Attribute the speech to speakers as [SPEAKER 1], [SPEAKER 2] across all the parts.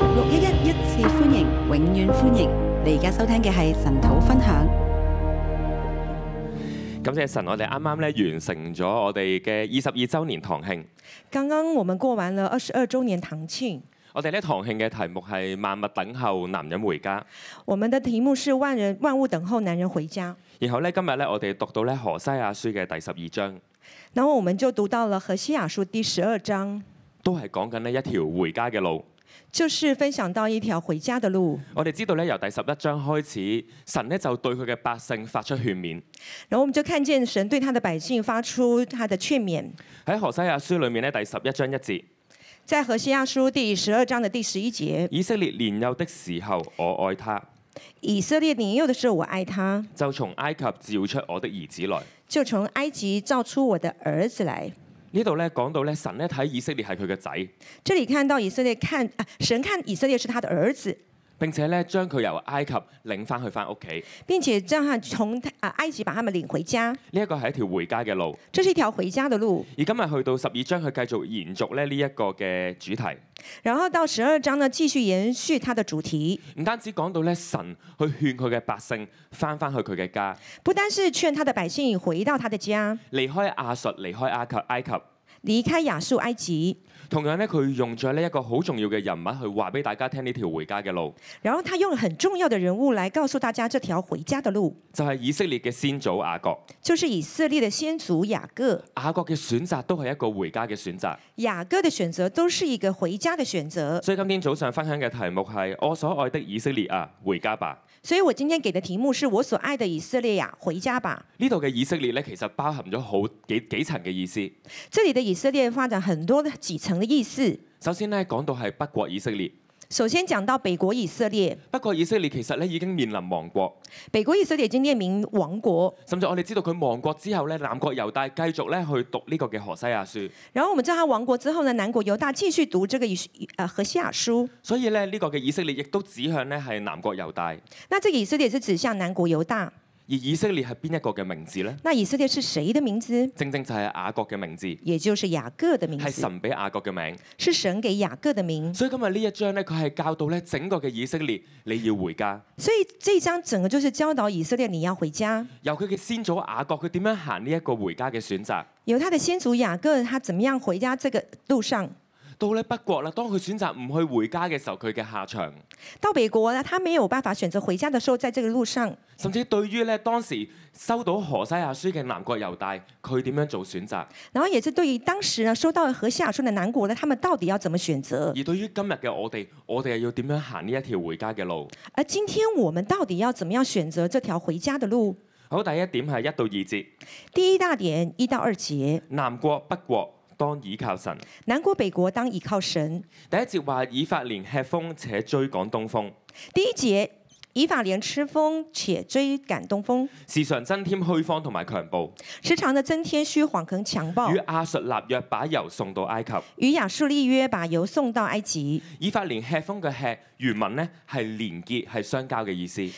[SPEAKER 1] 六一一一次歡迎，永遠歡迎！你而家收聽嘅係神土分享。
[SPEAKER 2] 感謝神，我哋啱啱咧完成咗我哋嘅二十二週年堂慶。
[SPEAKER 3] 刚刚我们过完了二十二周年堂庆，
[SPEAKER 2] 我哋咧堂慶嘅題目係萬物等候，男人回家。
[SPEAKER 3] 我们的题目是万人万物等候男人回家，
[SPEAKER 2] 然後咧今日咧我哋讀到咧何西亞書嘅第十二章，
[SPEAKER 3] 然后我们就读到了何西雅书第十二章，
[SPEAKER 2] 都係講緊呢一條回家嘅路。
[SPEAKER 3] 就是分享到一条回家的路。
[SPEAKER 2] 我哋知道咧由第十一章開始，神咧就對佢嘅百姓發出勸勉。
[SPEAKER 3] 然后我们就看见神对他的百姓发出他的劝勉，
[SPEAKER 2] 喺何西亞書裏面咧第十一章一節，
[SPEAKER 3] 在何西亚书第十二章的第十一节，
[SPEAKER 2] 以色列年幼的時候，我愛他，
[SPEAKER 3] 以色列年幼的时候我爱他，
[SPEAKER 2] 就從埃及召出我的兒子來。
[SPEAKER 3] 就从埃及造出我的儿子来。
[SPEAKER 2] 呢度咧講到咧神咧睇以色列係佢嘅仔，
[SPEAKER 3] 这里看到以色列看啊，神看以色列是他的儿子，
[SPEAKER 2] 並且咧將佢由埃及領翻去翻屋企。
[SPEAKER 3] 并且让他从啊埃及把他们领回家，
[SPEAKER 2] 呢一個係一條回家嘅路，
[SPEAKER 3] 这是一条回家的路。
[SPEAKER 2] 而今日去到十二章，佢繼續延續咧呢一個嘅主題，
[SPEAKER 3] 然后到十二章呢，继续延续它的主题，
[SPEAKER 2] 唔單止講到咧神去勸佢嘅百姓翻翻去佢嘅家，
[SPEAKER 3] 不单是劝他的百姓回到他的家，
[SPEAKER 2] 離開亞述，離開埃及，埃及。
[SPEAKER 3] 离开亚述埃及，
[SPEAKER 2] 同樣咧，佢用咗呢一個好重要嘅人物去話俾大家聽呢條回家嘅路，
[SPEAKER 3] 然后他用了很重要的人物来告诉大家这条回家的路，
[SPEAKER 2] 就係、以色列嘅先祖雅各。
[SPEAKER 3] 就是以色列的先祖雅各。
[SPEAKER 2] 雅各嘅選擇都係一個回家嘅選擇，
[SPEAKER 3] 雅各的选择都是一个回家的选择，
[SPEAKER 2] 所以今天早上分享嘅題目係我所愛的以色列啊，回家吧。
[SPEAKER 3] 所以我今天给的题目是我所爱的以色列呀，回家吧。
[SPEAKER 2] 呢度嘅以色列咧，其實包含咗好幾幾層嘅意思。
[SPEAKER 3] 这里的以色列发展很多的几层的意思。
[SPEAKER 2] 首先咧，講到係北國以色列。
[SPEAKER 3] 首先讲到北国以色列，
[SPEAKER 2] 不過以色列其實咧已經面臨亡國，
[SPEAKER 3] 北国以色列已经列名王国，
[SPEAKER 2] 甚至我哋知道佢亡國之後咧，南國猶大繼續咧去讀呢個嘅何西亞書，
[SPEAKER 3] 然后我们知道他亡国之后呢，南国犹大继续读这个以呃何西雅书，
[SPEAKER 2] 所以咧呢個嘅以色列亦都指向咧係南國猶大。而
[SPEAKER 3] 那这个以色列是指向南国犹大。
[SPEAKER 2] 以色列係邊一個嘅名字呢？
[SPEAKER 3] 那以色列是谁的名字？
[SPEAKER 2] 正正就係雅各嘅名字，
[SPEAKER 3] 也就是雅各的名
[SPEAKER 2] 係
[SPEAKER 3] 字，
[SPEAKER 2] 神俾雅各嘅名。
[SPEAKER 3] 是神给雅各的名。
[SPEAKER 2] 所以今日呢一章咧，佢係教導咧整個嘅以色列你要回家，
[SPEAKER 3] 所以这一章整个就是教导以色列你要回家，
[SPEAKER 2] 由佢嘅先祖雅各佢點樣行呢一個回家嘅選擇。
[SPEAKER 3] 由他的先祖雅各他怎么样回家这个路上，
[SPEAKER 2] 到咧北國啦，當佢選擇唔去回家嘅時候，佢嘅下場，
[SPEAKER 3] 到北国呢，他没有办法选择回家的时候，在这个路上，
[SPEAKER 2] 甚至對於咧當時收到何西亞書嘅南國猶大，佢點樣做選擇？
[SPEAKER 3] 然后也是对于当时啊呢收到何西雅书的南国呢，他们到底要怎么选择？
[SPEAKER 2] 而對於今日嘅我哋，我哋又要點樣行呢一條回家嘅路？
[SPEAKER 3] 而今天我们到底要怎么样选择这条回家的路？
[SPEAKER 2] 好，第一點係一到二節，
[SPEAKER 3] 第一大点一到二节，
[SPEAKER 2] 南國北國當倚靠神。
[SPEAKER 3] 南国北国当倚靠神。
[SPEAKER 2] 第一節話以法蓮吃風且追趕東風，
[SPEAKER 3] 第一节，以法莲吃风且追赶东风，
[SPEAKER 2] 時常增添虛荒同埋強暴，
[SPEAKER 3] 时常的增添虚谎跟强暴
[SPEAKER 2] 與，亞述立約，把油送到埃及。
[SPEAKER 3] 与亚述立约，把油送到埃及。
[SPEAKER 2] 以法蓮吃風嘅吃原文呢係連結係相交嘅意思。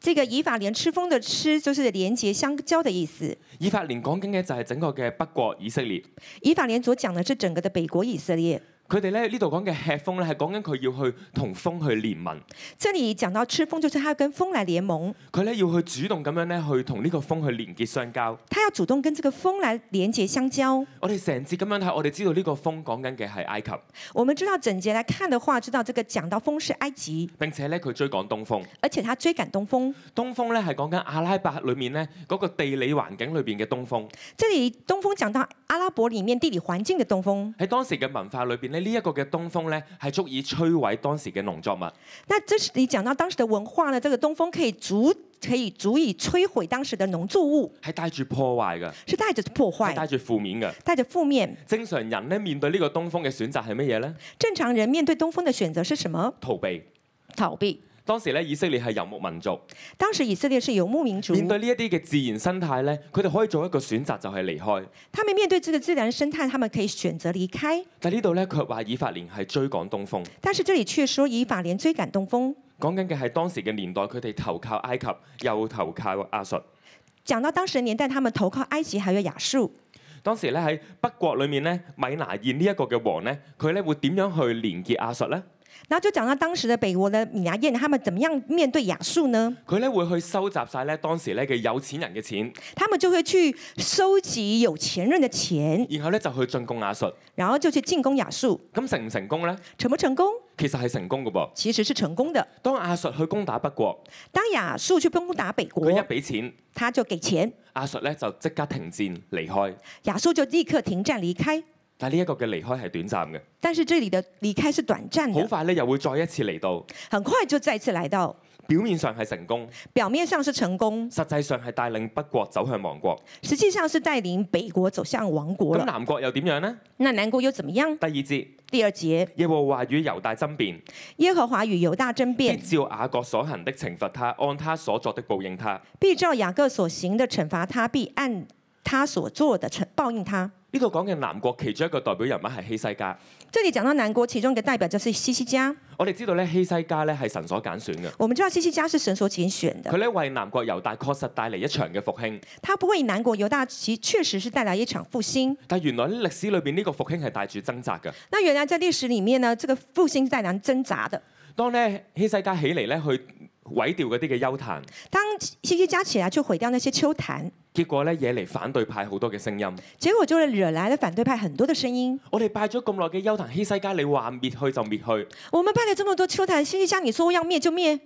[SPEAKER 3] 这个以法莲吃风的吃，就是连结相交的意思。
[SPEAKER 2] 以法蓮講緊嘅就係整個嘅北國以色列，
[SPEAKER 3] 以法莲所讲的是整个的北国以色列。
[SPEAKER 2] 佢哋咧呢度講嘅吃風咧係講緊佢要去同風去聯盟，
[SPEAKER 3] 这里讲到吃风，就是他跟风来联盟，
[SPEAKER 2] 佢咧要去主動咁樣咧去同呢個風去連結相交。
[SPEAKER 3] 他要主动跟这个风来连结相交。
[SPEAKER 2] 我哋成節咁樣睇，我哋知道呢個風講緊嘅係埃及，
[SPEAKER 3] 我们知道整节来看的话，知道这个讲到风是埃及，
[SPEAKER 2] 並且咧佢追趕東風。
[SPEAKER 3] 而且他追赶东风。
[SPEAKER 2] 東風咧係講緊阿拉伯裏面咧嗰個地理環境裏邊嘅東風。
[SPEAKER 3] 这里东风讲到阿拉伯里面地理环境的东风，
[SPEAKER 2] 喺當時嘅文化裏邊咧，呢、一個嘅東風咧係足以摧毀當時嘅農作物。
[SPEAKER 3] 那这是你讲到当时的文化呢，这个东风可以足可以足以摧毁当时的农作物，
[SPEAKER 2] 係帶住破壞嘅，
[SPEAKER 3] 是带着破
[SPEAKER 2] 係
[SPEAKER 3] 坏，
[SPEAKER 2] 帶住負面嘅。
[SPEAKER 3] 带着负面。
[SPEAKER 2] 正常人咧面對呢個東風嘅選擇係乜嘢咧？
[SPEAKER 3] 正常人面对东风的选择是什么？
[SPEAKER 2] 逃避。
[SPEAKER 3] 逃避。
[SPEAKER 2] 當時咧，以色列係遊牧民族，
[SPEAKER 3] 当时以色列是游牧民族，
[SPEAKER 2] 面對呢一啲嘅自然生態咧，佢哋可以做一個選擇，就係離開。
[SPEAKER 3] 他们面对这个自然生態，他们可以选择离开。
[SPEAKER 2] 但呢度咧，卻話以法蓮係追趕東風，
[SPEAKER 3] 但是这里却说以法莲追赶东风，
[SPEAKER 2] 講緊嘅係當時嘅年代，佢哋投靠埃及，又投靠亞述。
[SPEAKER 3] 讲到当时的年代，他们投靠埃及还有亚述。
[SPEAKER 2] 當時咧喺北國裏面咧，米拿現呢一個嘅王咧，佢咧會點樣去連結亞述咧？
[SPEAKER 3] 然后就讲到当时的北国的米拿燕，他们怎么样面对亚述呢？
[SPEAKER 2] 佢咧會去收集晒咧當時咧嘅有錢人嘅錢，
[SPEAKER 3] 他们就会去收集有钱人的钱，
[SPEAKER 2] 然後咧就去進攻亞述。
[SPEAKER 3] 然后就去进攻亚述。
[SPEAKER 2] 咁成唔成功呢？
[SPEAKER 3] 成不成功？
[SPEAKER 2] 其實係成功嘅噃。
[SPEAKER 3] 其实是成功的。
[SPEAKER 2] 當亞述去攻打北國，
[SPEAKER 3] 当亚述去攻打北
[SPEAKER 2] 佢
[SPEAKER 3] 国
[SPEAKER 2] 一，俾錢，
[SPEAKER 3] 他就給錢，
[SPEAKER 2] 亞述咧就即刻停戰離開。
[SPEAKER 3] 亚述就立刻停战离开。
[SPEAKER 2] 但係呢一個嘅離開係短暫
[SPEAKER 3] 但是这里的离开是短暂
[SPEAKER 2] 嘅，好
[SPEAKER 3] 的，
[SPEAKER 2] 快咧又會再一次嚟到。
[SPEAKER 3] 很快就再次来到。
[SPEAKER 2] 表面上係成功，
[SPEAKER 3] 表面上是成功，
[SPEAKER 2] 實際上係帶領北國走向亡國。
[SPEAKER 3] 实际上是带领北国走向亡国
[SPEAKER 2] 咁
[SPEAKER 3] 了。
[SPEAKER 2] 南國又點樣呢？
[SPEAKER 3] 那南国又怎么样？
[SPEAKER 2] 第二節，
[SPEAKER 3] 第二节，
[SPEAKER 2] 耶和華與猶大爭辯，
[SPEAKER 3] 耶和华与犹大争
[SPEAKER 2] 必
[SPEAKER 3] 辩，
[SPEAKER 2] 照雅各所行的懲罰他，按他所作的報應他。
[SPEAKER 3] 必照雅各所行的惩罚他，必按他所做的惩报应他。
[SPEAKER 2] 呢度講嘅南國其中一個代表人物係希西家。
[SPEAKER 3] 这里讲到南国，其中一个代表就是西西家。
[SPEAKER 2] 我哋知道咧，希西家咧係神所揀選嘅，
[SPEAKER 3] 我们知道西西家是神所拣选的
[SPEAKER 2] 佢，咧為南國猶大確實帶嚟一場嘅復興。
[SPEAKER 3] 他不为南国犹大其确实是带来一场复兴。
[SPEAKER 2] 但原來咧歷史裏邊呢個復興係帶住掙扎嘅。
[SPEAKER 3] 那原来在历史里面呢，这个复兴是带来挣扎的。
[SPEAKER 2] 當咧希西家起嚟咧去毀掉嗰啲嘅丘壇，
[SPEAKER 3] 当西西家起来去毁掉那些丘坛，
[SPEAKER 2] 結果咧惹嚟反對派好多嘅聲音。
[SPEAKER 3] 结果就惹来了反对派很多的声音。
[SPEAKER 2] 我哋拜咗咁耐嘅丘壇希西家，你話滅去就滅去，
[SPEAKER 3] 我们拜了这么多丘坛，西西家你说要灭就灭，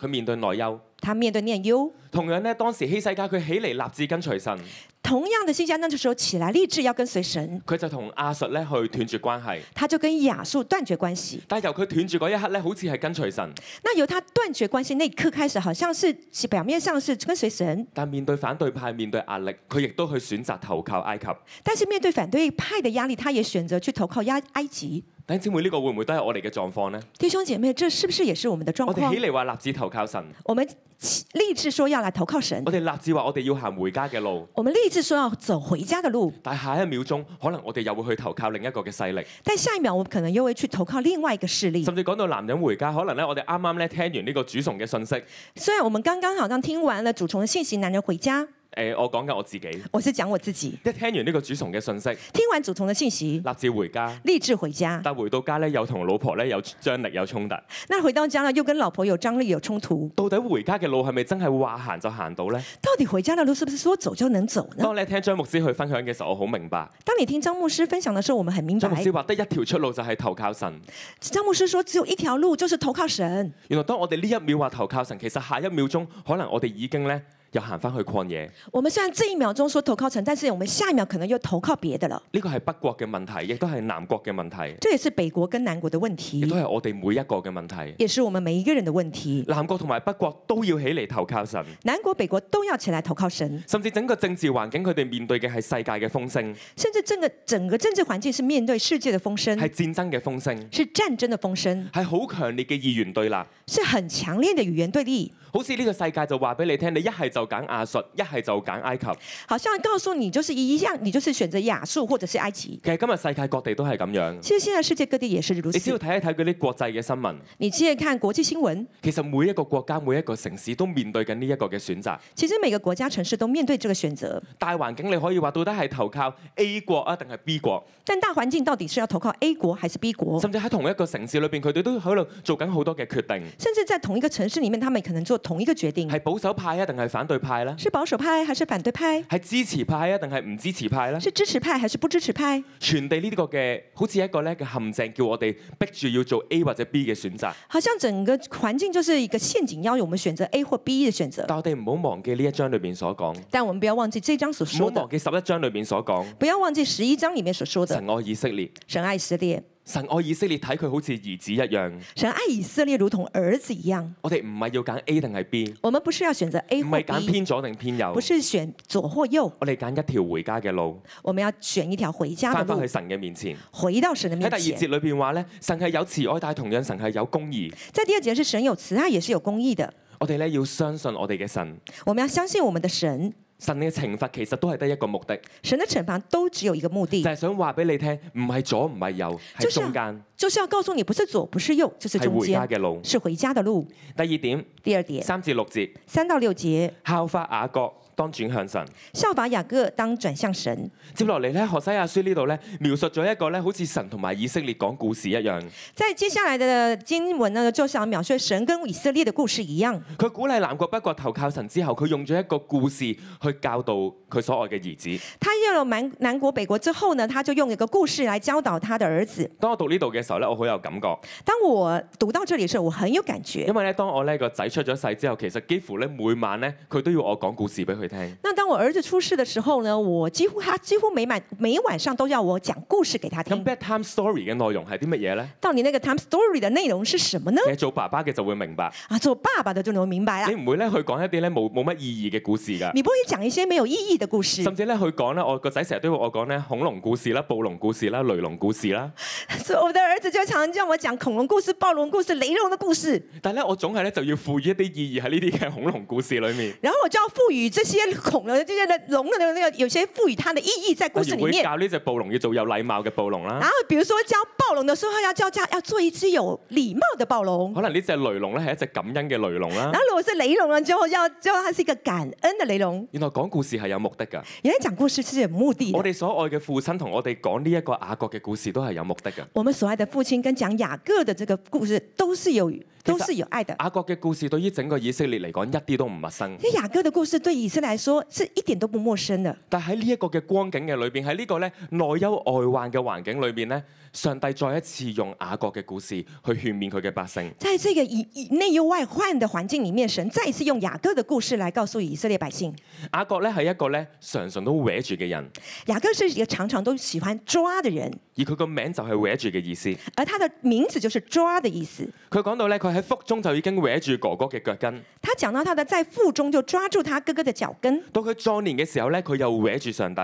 [SPEAKER 2] 佢面對內憂。
[SPEAKER 3] 他面对念忧。
[SPEAKER 2] 同樣咧，當時希西家佢起嚟立志跟隨神，
[SPEAKER 3] 同样的，西西家那个时候起来立志要跟随神，
[SPEAKER 2] 佢就同亞述咧去斷絕關係。
[SPEAKER 3] 他就跟亚述断绝关系。
[SPEAKER 2] 但係由佢斷絕嗰一刻咧，好似係跟隨神，
[SPEAKER 3] 那由他断绝关系那一刻开始，好像是表面上是跟随神，
[SPEAKER 2] 但面對反對派、面對壓力，佢亦都去選擇投靠埃及。
[SPEAKER 3] 但是面对反对派的压力，他也选择去投靠埃埃及。
[SPEAKER 2] 弟兄姊妹，呢個會唔會都係我哋嘅狀況呢？
[SPEAKER 3] 弟兄姐妹，这是不是也是我们的状
[SPEAKER 2] 我哋
[SPEAKER 3] 况
[SPEAKER 2] 起？嚟話立志投靠神，
[SPEAKER 3] 我們起立志说要来投靠神，
[SPEAKER 2] 我哋立志話我哋要行回家嘅路，
[SPEAKER 3] 我们立志说要走回家的路，
[SPEAKER 2] 但係下一秒鐘，可能我哋又會去投靠另一個嘅勢力，
[SPEAKER 3] 但下一秒我们可能又会去投靠另外一个势力。
[SPEAKER 2] 甚至講到男人回家，可能咧我哋啱啱咧聽完呢個主崇嘅信息，誒、
[SPEAKER 3] 虽然我们刚刚好像听完了主从的信息，男人回家，
[SPEAKER 2] 我講緊我自己，一
[SPEAKER 3] 我是讲我自己，
[SPEAKER 2] 聽完呢個主崇嘅信息，
[SPEAKER 3] 听完主从的信息，
[SPEAKER 2] 立志回家，
[SPEAKER 3] 立志回家，
[SPEAKER 2] 但回到家咧又同老婆咧有張力有衝突，
[SPEAKER 3] 那回到家了又跟老婆有张力有冲突，
[SPEAKER 2] 到底回家嘅路係咪真係話行就行到呢？
[SPEAKER 3] 到底回家的路是不是说走就能走呢？
[SPEAKER 2] 當你聽張牧師去分享嘅時候，我好明白。
[SPEAKER 3] 当你听张牧师分享的时候，我们很明
[SPEAKER 2] 張牧
[SPEAKER 3] 白
[SPEAKER 2] 師，話得一條出路就係投靠神。
[SPEAKER 3] 张牧师说只有一条路，就是投靠神。
[SPEAKER 2] 原來當我哋呢一秒話投靠神，其實下一秒鐘可能我哋已經咧又行翻去曠野。
[SPEAKER 3] 我们虽然这一秒钟说投靠神，但是我们下一秒可能又投靠别的了。
[SPEAKER 2] 呢個係北國嘅問題，亦都係南國嘅問題，
[SPEAKER 3] 这也是北国跟南国的问
[SPEAKER 2] 亦
[SPEAKER 3] 题
[SPEAKER 2] 都，係我哋每一個嘅問題。
[SPEAKER 3] 也是我们每一个人的问题。
[SPEAKER 2] 南國同埋北國都要起嚟投靠神，
[SPEAKER 3] 南国、北国都要起来投靠神，
[SPEAKER 2] 甚至整個政治環境，佢哋面對嘅係世界嘅風聲，
[SPEAKER 3] 甚至整个整个政治环境是面对世界的风声，
[SPEAKER 2] 係戰爭嘅風聲，
[SPEAKER 3] 是战争的风声，
[SPEAKER 2] 係好強烈嘅意願對立。
[SPEAKER 3] 是很強烈的语言对立，
[SPEAKER 2] 好似呢個世界就話俾你聽，你一係就揀亞述，一係就揀埃及。
[SPEAKER 3] 好像告诉你就是一样，你就是选择亚述或者是埃及。
[SPEAKER 2] 其實今日世界各地都係咁樣。
[SPEAKER 3] 其实现在世界各地也是如
[SPEAKER 2] 你只要
[SPEAKER 3] 此。
[SPEAKER 2] 睇一睇嗰啲國際嘅新聞，
[SPEAKER 3] 你现在看国际新闻，
[SPEAKER 2] 其實每一個國家、每一個城市都面對緊呢一個嘅選擇。
[SPEAKER 3] 其实每个国家城市都面对这个选择，
[SPEAKER 2] 大環境你可以話到底係投靠 A 國啊，定係 B 國？
[SPEAKER 3] 但大环境到底是要投靠 A 国还是 B 国？
[SPEAKER 2] 甚至喺同一個城市裏邊，佢哋都喺度做緊好多嘅決定，
[SPEAKER 3] 甚至在同一个城市里面，他们可能做同一个决定，
[SPEAKER 2] 係保守派啊，定係反對派啦？
[SPEAKER 3] 是保守派还是反对派，
[SPEAKER 2] 係支持派啊，定係唔支持派啦？
[SPEAKER 3] 是支持派还是不支持派，
[SPEAKER 2] 傳遞呢個嘅好似一個咧嘅陷阱，叫我哋逼住要做 A 或者 B 嘅選擇。
[SPEAKER 3] 好像整个环境就是一个陷阱，要求我们选择 A 或 B 的选择。
[SPEAKER 2] 但我哋唔好忘記呢一章裏邊所講，
[SPEAKER 3] 但我们不要忘记这一章所
[SPEAKER 2] 唔
[SPEAKER 3] 说呃
[SPEAKER 2] 好
[SPEAKER 3] 的
[SPEAKER 2] 忘，記十一章裏邊所講，
[SPEAKER 3] 不要忘记十一章里面所说的
[SPEAKER 2] 神愛以色列，
[SPEAKER 3] 神爱以色列，
[SPEAKER 2] 神愛以色列睇佢好似兒子一樣。
[SPEAKER 3] 神爱以色列如同儿子一样。
[SPEAKER 2] 我哋唔係要揀 A 定係 B，
[SPEAKER 3] 我们不是要选择 A
[SPEAKER 2] 唔
[SPEAKER 3] 或
[SPEAKER 2] 係揀
[SPEAKER 3] B，
[SPEAKER 2] 偏左定偏右
[SPEAKER 3] 不，是选左或右，
[SPEAKER 2] 我哋揀一條回家嘅路，
[SPEAKER 3] 我们要选一条回家的
[SPEAKER 2] 翻返
[SPEAKER 3] 路
[SPEAKER 2] 去，神嘅面前。
[SPEAKER 3] 回到神的
[SPEAKER 2] 喺
[SPEAKER 3] 面
[SPEAKER 2] 第二節
[SPEAKER 3] 前。
[SPEAKER 2] 裏邊話咧，神係有慈愛，但係同樣神係有公義。
[SPEAKER 3] 在第二节是神有慈爱，也是有公义的。
[SPEAKER 2] 我哋咧要相信我哋嘅神，
[SPEAKER 3] 我们要相信我们的神，
[SPEAKER 2] 神嘅懲罰其實都係得一個目的，
[SPEAKER 3] 神的懲罚都只有一个目
[SPEAKER 2] 就
[SPEAKER 3] 的，
[SPEAKER 2] 係、想話俾你聽，唔係左唔係右，
[SPEAKER 3] 就
[SPEAKER 2] 係
[SPEAKER 3] 是啊
[SPEAKER 2] 中間，
[SPEAKER 3] 就是要告诉你，不是左，不是右，就是
[SPEAKER 2] 係
[SPEAKER 3] 中
[SPEAKER 2] 回家
[SPEAKER 3] 间，
[SPEAKER 2] 嘅路。
[SPEAKER 3] 是回家的路。
[SPEAKER 2] 第二點，
[SPEAKER 3] 第二点，
[SPEAKER 2] 三至六節，
[SPEAKER 3] 三到六节，
[SPEAKER 2] 效法雅各，當轉向神。
[SPEAKER 3] 效法雅各，当转向神。
[SPEAKER 2] 接落嚟咧，何西亞書呢度咧描述咗一個咧好似神同埋以色列講故事一樣。
[SPEAKER 3] 在接下来的经文呢，就像描述神跟以色列的故事一样，
[SPEAKER 2] 佢鼓勵南國北國投靠神之後，佢用咗一個故事去教導佢所愛嘅兒子。
[SPEAKER 3] 他要了南南国北国之后呢，他就用一个故事来教导他的儿子。
[SPEAKER 2] 當我讀呢度嘅時候咧，我好有感覺，
[SPEAKER 3] 当我读到这里的时候，我很有感觉
[SPEAKER 2] 因。為咧當我咧個仔出咗世之後，其實幾乎咧每晚咧佢都要我講故事俾佢聽。
[SPEAKER 3] 那当我儿子出世的时候呢，我几乎他几乎每晚每晚上都要我講故事給他
[SPEAKER 2] 咁
[SPEAKER 3] 聽。
[SPEAKER 2] bedtime story 嘅內容係啲乜嘢呢？
[SPEAKER 3] 到底那個 time story 的內容是什麼呢？
[SPEAKER 2] 其實做爸爸嘅就會明白，
[SPEAKER 3] 啊，做爸爸的就能明白
[SPEAKER 2] 你
[SPEAKER 3] 啦。
[SPEAKER 2] 唔會咧去講一啲咧冇冇乜意義嘅故事㗎。
[SPEAKER 3] 你不會講一些沒有意義的故事，
[SPEAKER 2] 甚至咧，佢講咧，我個仔成日都要我講咧恐龍故事啦、暴龍故事啦、雷龍故事啦，
[SPEAKER 3] 所以我的兒子就常叫我講恐龍故事、暴龍故事、雷龍的故事，
[SPEAKER 2] 但係咧，我總係咧就要賦予一啲意義喺呢啲嘅恐龍故事裏面。
[SPEAKER 3] 然後我就要賦予這些恐龍、這些的龍的那個有些賦予它的意義在故事
[SPEAKER 2] 啊例如
[SPEAKER 3] 裡
[SPEAKER 2] 會
[SPEAKER 3] 面。啊
[SPEAKER 2] 教呢只暴龍要做有禮貌嘅暴龍
[SPEAKER 3] 然
[SPEAKER 2] 啦，
[SPEAKER 3] 後比如說教暴龍的時候，要教教要做一隻有禮貌的暴龍。
[SPEAKER 2] 可能呢只雷龍咧係一隻感恩嘅雷龍啦
[SPEAKER 3] 然。後如果是雷龍了之後，要教它是一個感恩的雷龍。
[SPEAKER 2] 原來講故事係有目的㗎，
[SPEAKER 3] 原來講故事是有目的的
[SPEAKER 2] 我。哋所愛嘅父親同我哋講呢一個雅各嘅故事都係有目的㗎。
[SPEAKER 3] 我们所爱的父亲跟讲雅各的这个故事都是有都是有爱的。
[SPEAKER 2] 雅各嘅故事對於整個以色列嚟講一啲都唔陌生，
[SPEAKER 3] 因为雅各的故事对以色列来说是一点都不陌生的，
[SPEAKER 2] 但喺呢一個嘅光景嘅裏邊，喺呢個咧內憂外患嘅環境裏邊咧，上帝再一次用雅各嘅故事去勸勉佢嘅百姓。
[SPEAKER 3] 在这个以以内忧外患的环境里面，神再一次用雅各的故事来告诉以色列百姓，
[SPEAKER 2] 雅各咧係一個咧常常都搲住嘅人，
[SPEAKER 3] 雅各是一个常常都喜欢抓的人，
[SPEAKER 2] 而佢個名就係搲住嘅意思。
[SPEAKER 3] 而他的名字就是抓的意思。
[SPEAKER 2] 佢講到咧，佢喺腹中就已經搲住哥哥嘅腳跟，
[SPEAKER 3] 他讲到他的在腹中就抓住他哥哥的脚跟，
[SPEAKER 2] 到佢壯年嘅時候咧，佢又搲住上帝。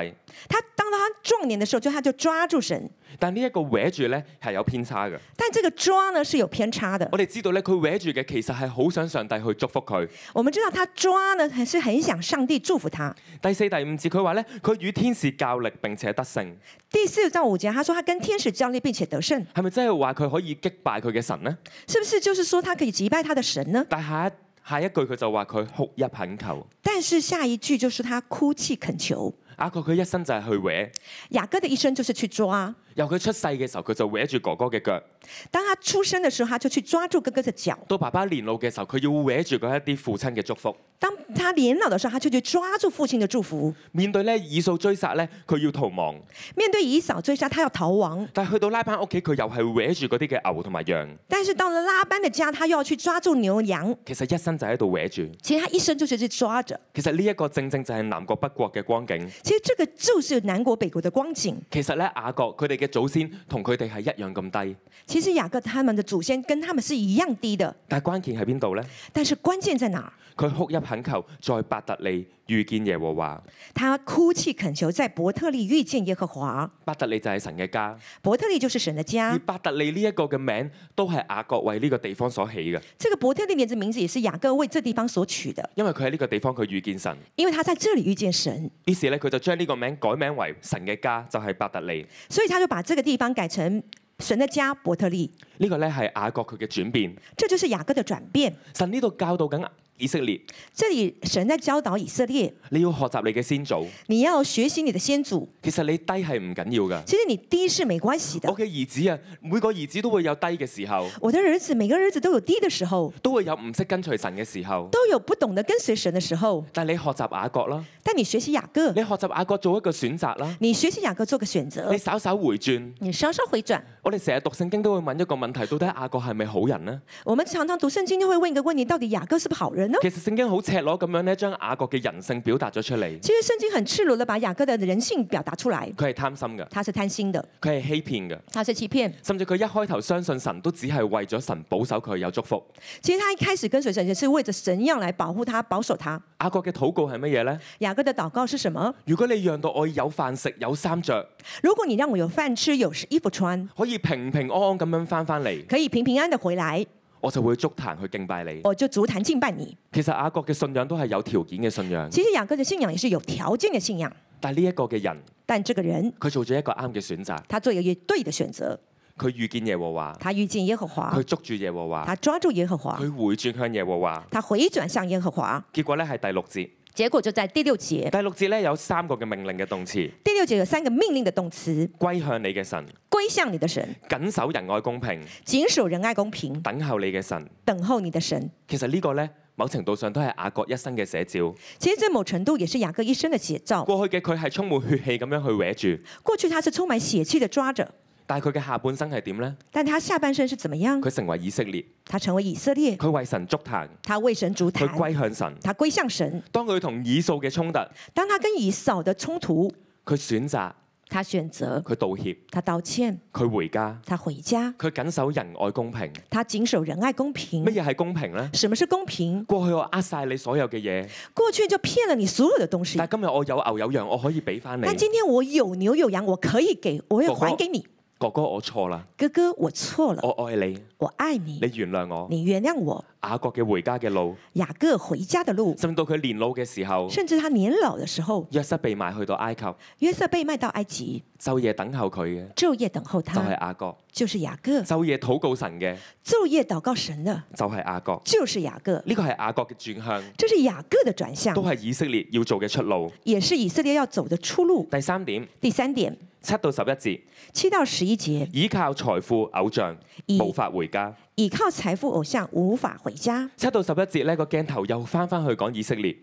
[SPEAKER 3] 他当他壮年的时候，就他就抓住神，
[SPEAKER 2] 但呢一個搲住咧係有偏差嘅。
[SPEAKER 3] 但这个抓呢是有偏差的。
[SPEAKER 2] 我哋知道咧，佢搲住嘅其實係好想上帝去祝福佢。
[SPEAKER 3] 我们知道他抓呢还是很想上帝祝福他，
[SPEAKER 2] 第四、第五節佢話咧，佢與天使較力並且得勝，
[SPEAKER 3] 第四到五节，他说他跟天使交力，并且得胜，
[SPEAKER 2] 係咪真係話佢可以擊敗佢嘅神呢？
[SPEAKER 3] 是不是就是说他可以击败他的神呢？
[SPEAKER 2] 但下一下一句佢就話佢哭泣懇求。
[SPEAKER 3] 但是下一句就是他哭泣恳求。
[SPEAKER 2] 雅啊各佢一生就係去搲，
[SPEAKER 3] 雅各的一生就是去抓，
[SPEAKER 2] 由佢出世嘅時候佢就搲住哥哥嘅腳。
[SPEAKER 3] 当他出生的时候，他就去抓住哥哥的腳；
[SPEAKER 2] 到爸爸年老嘅時候，佢要搲住嗰一啲父親嘅祝福。
[SPEAKER 3] 当他年老的时候，他就去抓住父亲的祝福。
[SPEAKER 2] 面對咧以掃追殺咧，佢要逃亡，
[SPEAKER 3] 面对以扫追杀，他要逃亡；
[SPEAKER 2] 但係去到拉班屋企，佢又係搲住嗰啲嘅牛同埋羊。
[SPEAKER 3] 但是到了拉班的家，他又要去抓住牛羊。
[SPEAKER 2] 其實一生就喺度搲住。
[SPEAKER 3] 其实他一生就是去抓着。
[SPEAKER 2] 其實呢一個正正就係南國北國嘅光景。
[SPEAKER 3] 其实这个就是南国北国的光景。
[SPEAKER 2] 其實咧雅各佢哋嘅祖先同佢哋係一樣咁低，
[SPEAKER 3] 其实雅各他们的祖先跟他们是一样低的，
[SPEAKER 2] 但係關鍵喺邊度呢？
[SPEAKER 3] 但是关键在哪儿？
[SPEAKER 2] 佢哭泣懇求，在伯特利遇見耶和華。
[SPEAKER 3] 他哭泣恳求，在伯特利遇见耶和华。
[SPEAKER 2] 伯特利就係神嘅家，
[SPEAKER 3] 伯特利就是神的
[SPEAKER 2] 而
[SPEAKER 3] 家。
[SPEAKER 2] 伯特利呢一個嘅名都係雅各為呢個地方所起嘅，
[SPEAKER 3] 这个伯特利连这名字也是雅各为这地方所取的，
[SPEAKER 2] 因為佢喺呢個地方佢遇見神。
[SPEAKER 3] 因为他在这里遇见神，
[SPEAKER 2] 於是咧，佢就將呢個名改名為神嘅家，就係、伯特利。
[SPEAKER 3] 所以他就把这个地方改成神的家伯特利。
[SPEAKER 2] 呢、個咧係雅各佢嘅轉變。
[SPEAKER 3] 这就是雅各的转变。
[SPEAKER 2] 神呢度教導緊以色列，
[SPEAKER 3] 这里神在教導以色列，
[SPEAKER 2] 你要學習你嘅先祖。
[SPEAKER 3] 你要学习你的先祖。
[SPEAKER 2] 其實你低係唔緊要㗎。
[SPEAKER 3] 其实你低是没关系的
[SPEAKER 2] 我。嘅兒子啊，每個兒子都會有低嘅時候，
[SPEAKER 3] 我的儿子，每个儿子都有低的时候，
[SPEAKER 2] 都會有唔識跟隨神嘅時候。
[SPEAKER 3] 都有不懂得跟随神的时候。
[SPEAKER 2] 但係你學習雅各啦，
[SPEAKER 3] 但你学习雅各
[SPEAKER 2] 你，學習雅各做一個選擇啦，
[SPEAKER 3] 你学习雅各做个选择
[SPEAKER 2] 你，稍稍回轉。
[SPEAKER 3] 你稍稍回转。
[SPEAKER 2] 我哋成日讀聖經都會問一個問題：到底雅各係咪好人呢？
[SPEAKER 3] 我们常常读圣經就会问一个问题：到底雅各是不是好人 呢？
[SPEAKER 2] 其實聖經好赤裸咁樣咧，將雅各嘅人性表達咗出嚟。
[SPEAKER 3] 其实圣经很赤裸的把雅各的人性表达出来，
[SPEAKER 2] 佢係貪心㗎，
[SPEAKER 3] 他是贪心的，
[SPEAKER 2] 佢係欺騙㗎。
[SPEAKER 3] 他是欺骗。
[SPEAKER 2] 甚至佢一開頭相信神都只係為咗神保守佢有祝福。
[SPEAKER 3] 其实他一开始跟随神也是为着神要来保护他、保守他。
[SPEAKER 2] 雅各嘅禱告係乜嘢呢？
[SPEAKER 3] 雅各的祷告是什么？
[SPEAKER 2] 如果你讓到我有飯食、有衫着，
[SPEAKER 3] 如果你让我有飯吃、有衣服穿，
[SPEAKER 2] 可以平平安安咁樣翻返嚟，
[SPEAKER 3] 可以平平安的回来，
[SPEAKER 2] 我就會築壇去敬拜你。
[SPEAKER 3] 我就足坛敬拜你。
[SPEAKER 2] 其實雅各嘅信仰都係有條件嘅信仰，
[SPEAKER 3] 其实雅各的信仰也是有条件的信仰，
[SPEAKER 2] 但係呢一個嘅人，
[SPEAKER 3] 但这个人
[SPEAKER 2] 佢做咗一個啱嘅選擇，
[SPEAKER 3] 他做一个对的选择，
[SPEAKER 2] 佢遇見耶和華，
[SPEAKER 3] 他遇见耶和华
[SPEAKER 2] 佢，捉住耶和華，
[SPEAKER 3] 他抓住耶和华，
[SPEAKER 2] 佢回轉向耶和華。
[SPEAKER 3] 他回转向耶和华。
[SPEAKER 2] 結果咧係第六節，
[SPEAKER 3] 结果就在第六节，
[SPEAKER 2] 第六節咧有三個嘅命令嘅動詞：
[SPEAKER 3] 第六节有三个命令的动词：
[SPEAKER 2] 歸向你嘅神、
[SPEAKER 3] 归向你的神，
[SPEAKER 2] 緊守仁愛公平、
[SPEAKER 3] 谨守仁爱公平，
[SPEAKER 2] 等候你嘅神。
[SPEAKER 3] 等候你的神。
[SPEAKER 2] 其實呢個呢，某程度上都係雅各一生嘅寫照。
[SPEAKER 3] 其实这某程度也是雅各一生的写照。
[SPEAKER 2] 過去嘅佢係充滿血氣咁樣去搲住，
[SPEAKER 3] 过去他是充满血气的抓着，
[SPEAKER 2] 但係佢嘅下半生係點呢？
[SPEAKER 3] 但他下半身是怎么样？
[SPEAKER 2] 佢成為以色列，
[SPEAKER 3] 他成为以色列，
[SPEAKER 2] 佢為神築壇，
[SPEAKER 3] 他为神足
[SPEAKER 2] 佢
[SPEAKER 3] 坛，
[SPEAKER 2] 歸向神。
[SPEAKER 3] 他归向神。
[SPEAKER 2] 當佢同以掃嘅衝突，
[SPEAKER 3] 当他跟以扫的冲突，
[SPEAKER 2] 佢選擇，
[SPEAKER 3] 他选择，
[SPEAKER 2] 佢道歉，
[SPEAKER 3] 他道歉，
[SPEAKER 2] 佢回家，
[SPEAKER 3] 他回家，
[SPEAKER 2] 佢緊守仁愛公平。
[SPEAKER 3] 他谨守仁爱公平
[SPEAKER 2] 乜。嘢係公平呢？
[SPEAKER 3] 什么是公平？
[SPEAKER 2] 過去我呃晒你所有嘅嘢，
[SPEAKER 3] 过去就骗了你所有的东西
[SPEAKER 2] 但，係今日我有牛有羊，我可以俾翻你。
[SPEAKER 3] 但今天我有牛有羊，我可以给，我要还给你。
[SPEAKER 2] 哥哥，我錯啦，
[SPEAKER 3] 哥哥，我错了，
[SPEAKER 2] 我愛你，
[SPEAKER 3] 我爱你，
[SPEAKER 2] 你原諒我。
[SPEAKER 3] 你原谅我。
[SPEAKER 2] 雅各嘅回家嘅路，
[SPEAKER 3] 雅各回家的路，
[SPEAKER 2] 甚至到佢年老嘅時候，
[SPEAKER 3] 甚至他年老的时候，
[SPEAKER 2] 約瑟被賣去到埃及，
[SPEAKER 3] 约瑟被卖到埃及，
[SPEAKER 2] 晝夜等候佢嘅
[SPEAKER 3] 昼夜等候
[SPEAKER 2] 就係
[SPEAKER 3] 他，
[SPEAKER 2] 雅各，
[SPEAKER 3] 就是雅各，
[SPEAKER 2] 晝夜禱告神嘅
[SPEAKER 3] 昼夜祷告神的，
[SPEAKER 2] 就係雅各。
[SPEAKER 3] 就是雅各。
[SPEAKER 2] 呢個係雅各嘅轉向，
[SPEAKER 3] 这是雅各的转向
[SPEAKER 2] 都，係以色列要做嘅出路。
[SPEAKER 3] 也是以色列要走的出路。
[SPEAKER 2] 第三點，
[SPEAKER 3] 第三点，
[SPEAKER 2] 七到十一節，
[SPEAKER 3] 七到十一节，
[SPEAKER 2] 倚靠財富偶像，
[SPEAKER 3] 以
[SPEAKER 2] 無法回家。
[SPEAKER 3] 倚靠财富偶像无法回家。
[SPEAKER 2] 七到十一節呢個鏡頭又翻翻去講以色列，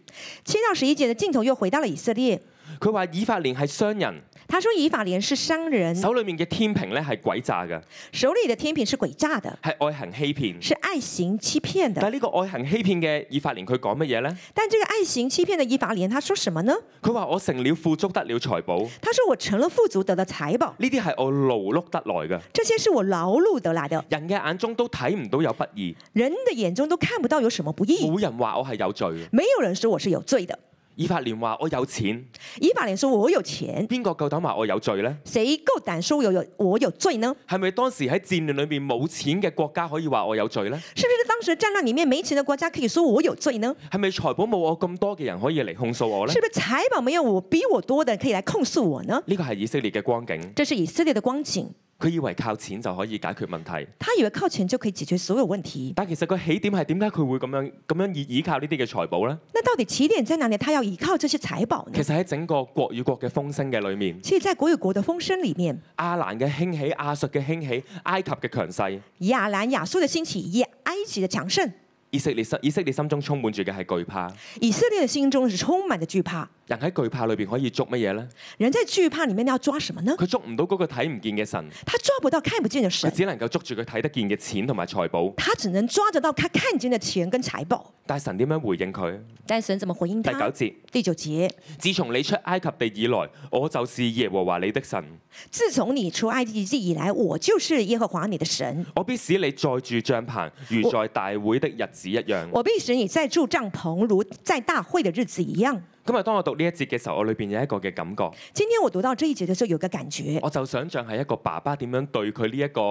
[SPEAKER 3] 七到十一节的镜头又回到了以色列，
[SPEAKER 2] 佢話以法蓮係商人，
[SPEAKER 3] 他说以法莲是商人，
[SPEAKER 2] 手裏面嘅天平咧係鬼詐嘅，
[SPEAKER 3] 手里的天平是诡诈的，
[SPEAKER 2] 係愛行欺騙。
[SPEAKER 3] 是爱行欺骗
[SPEAKER 2] 但係
[SPEAKER 3] 的。
[SPEAKER 2] 呢個愛行欺騙嘅以法蓮，佢講乜嘢呢？
[SPEAKER 3] 但这个爱行欺骗的以法莲，他说什么呢？
[SPEAKER 2] 佢話我成了富足得了財寶，呢
[SPEAKER 3] 他说我成了富足，得了财宝，
[SPEAKER 2] 啲係我勞碌得來嘅。
[SPEAKER 3] 这些是我劳碌得来的，
[SPEAKER 2] 人嘅眼中都睇唔到有不義，
[SPEAKER 3] 人的眼中都看不到有什么不义。
[SPEAKER 2] 冇人話我係有罪嘅。
[SPEAKER 3] 没有人说我是有罪的。
[SPEAKER 2] 以法蓮話我有錢，
[SPEAKER 3] 以法莲说我有钱，
[SPEAKER 2] 邊個夠膽話我有罪呢？
[SPEAKER 3] 谁够胆说我有有我有罪呢？
[SPEAKER 2] 係咪當時喺戰亂裏面冇錢嘅國家可以話我有罪呢？
[SPEAKER 3] 是不是当时战乱里面没钱的国家可以说我有罪呢？
[SPEAKER 2] 係咪財寶冇我咁多嘅人可以嚟控訴我呢
[SPEAKER 3] 是？不是财宝没有我比我多的可以来控诉我呢？
[SPEAKER 2] 呢個係以色列嘅光景，
[SPEAKER 3] 这是以色列的光景，
[SPEAKER 2] 佢以為靠錢就可以解決問題，
[SPEAKER 3] 他以为靠钱就可以解决所有问题。
[SPEAKER 2] 但其實個起點係點解佢會咁樣咁樣倚倚靠呢啲嘅財寶呢？
[SPEAKER 3] 那到底起点在哪里？他要依靠这些财宝
[SPEAKER 2] 其
[SPEAKER 3] 呢？
[SPEAKER 2] 實喺整個國與國嘅風聲嘅裏面，
[SPEAKER 3] 其实，在国与国的风声里面，
[SPEAKER 2] 亞蘭嘅興起、亞述嘅興起、埃及嘅強勢，
[SPEAKER 3] 亚兰、亚述的兴起，以埃及的强盛，
[SPEAKER 2] 以色列心以色列心中充滿住嘅係懼怕。
[SPEAKER 3] 以色列的心中是充满着惧怕。
[SPEAKER 2] 人喺懼怕裏邊可以捉乜嘢呢？
[SPEAKER 3] 人在惧怕里面要抓什么呢？
[SPEAKER 2] 佢捉唔到嗰個睇唔見嘅神，
[SPEAKER 3] 他抓不到看不见的
[SPEAKER 2] 佢
[SPEAKER 3] 神，
[SPEAKER 2] 只能夠捉住佢睇得見嘅錢同埋財寶。
[SPEAKER 3] 他只能抓得到他看见的钱跟财宝。
[SPEAKER 2] 但係神點樣回應佢？
[SPEAKER 3] 但神怎么回应
[SPEAKER 2] 第九
[SPEAKER 3] 他？
[SPEAKER 2] 節：
[SPEAKER 3] 第九节，
[SPEAKER 2] 自從你出埃及地以來，我就是耶和華你的神，
[SPEAKER 3] 自从你出埃及记以来，我就是耶和华你的神，
[SPEAKER 2] 我必使你再住帳棚，如在大會的日子一樣。
[SPEAKER 3] 我必使你再住帐篷，如在大会的日子一样。
[SPEAKER 2] 今日當我讀呢一節嘅時候，我裏邊有一個嘅感覺，
[SPEAKER 3] 今天我讀到这一节的时候，有个感觉，
[SPEAKER 2] 我就想像係一個爸爸點樣對佢呢一個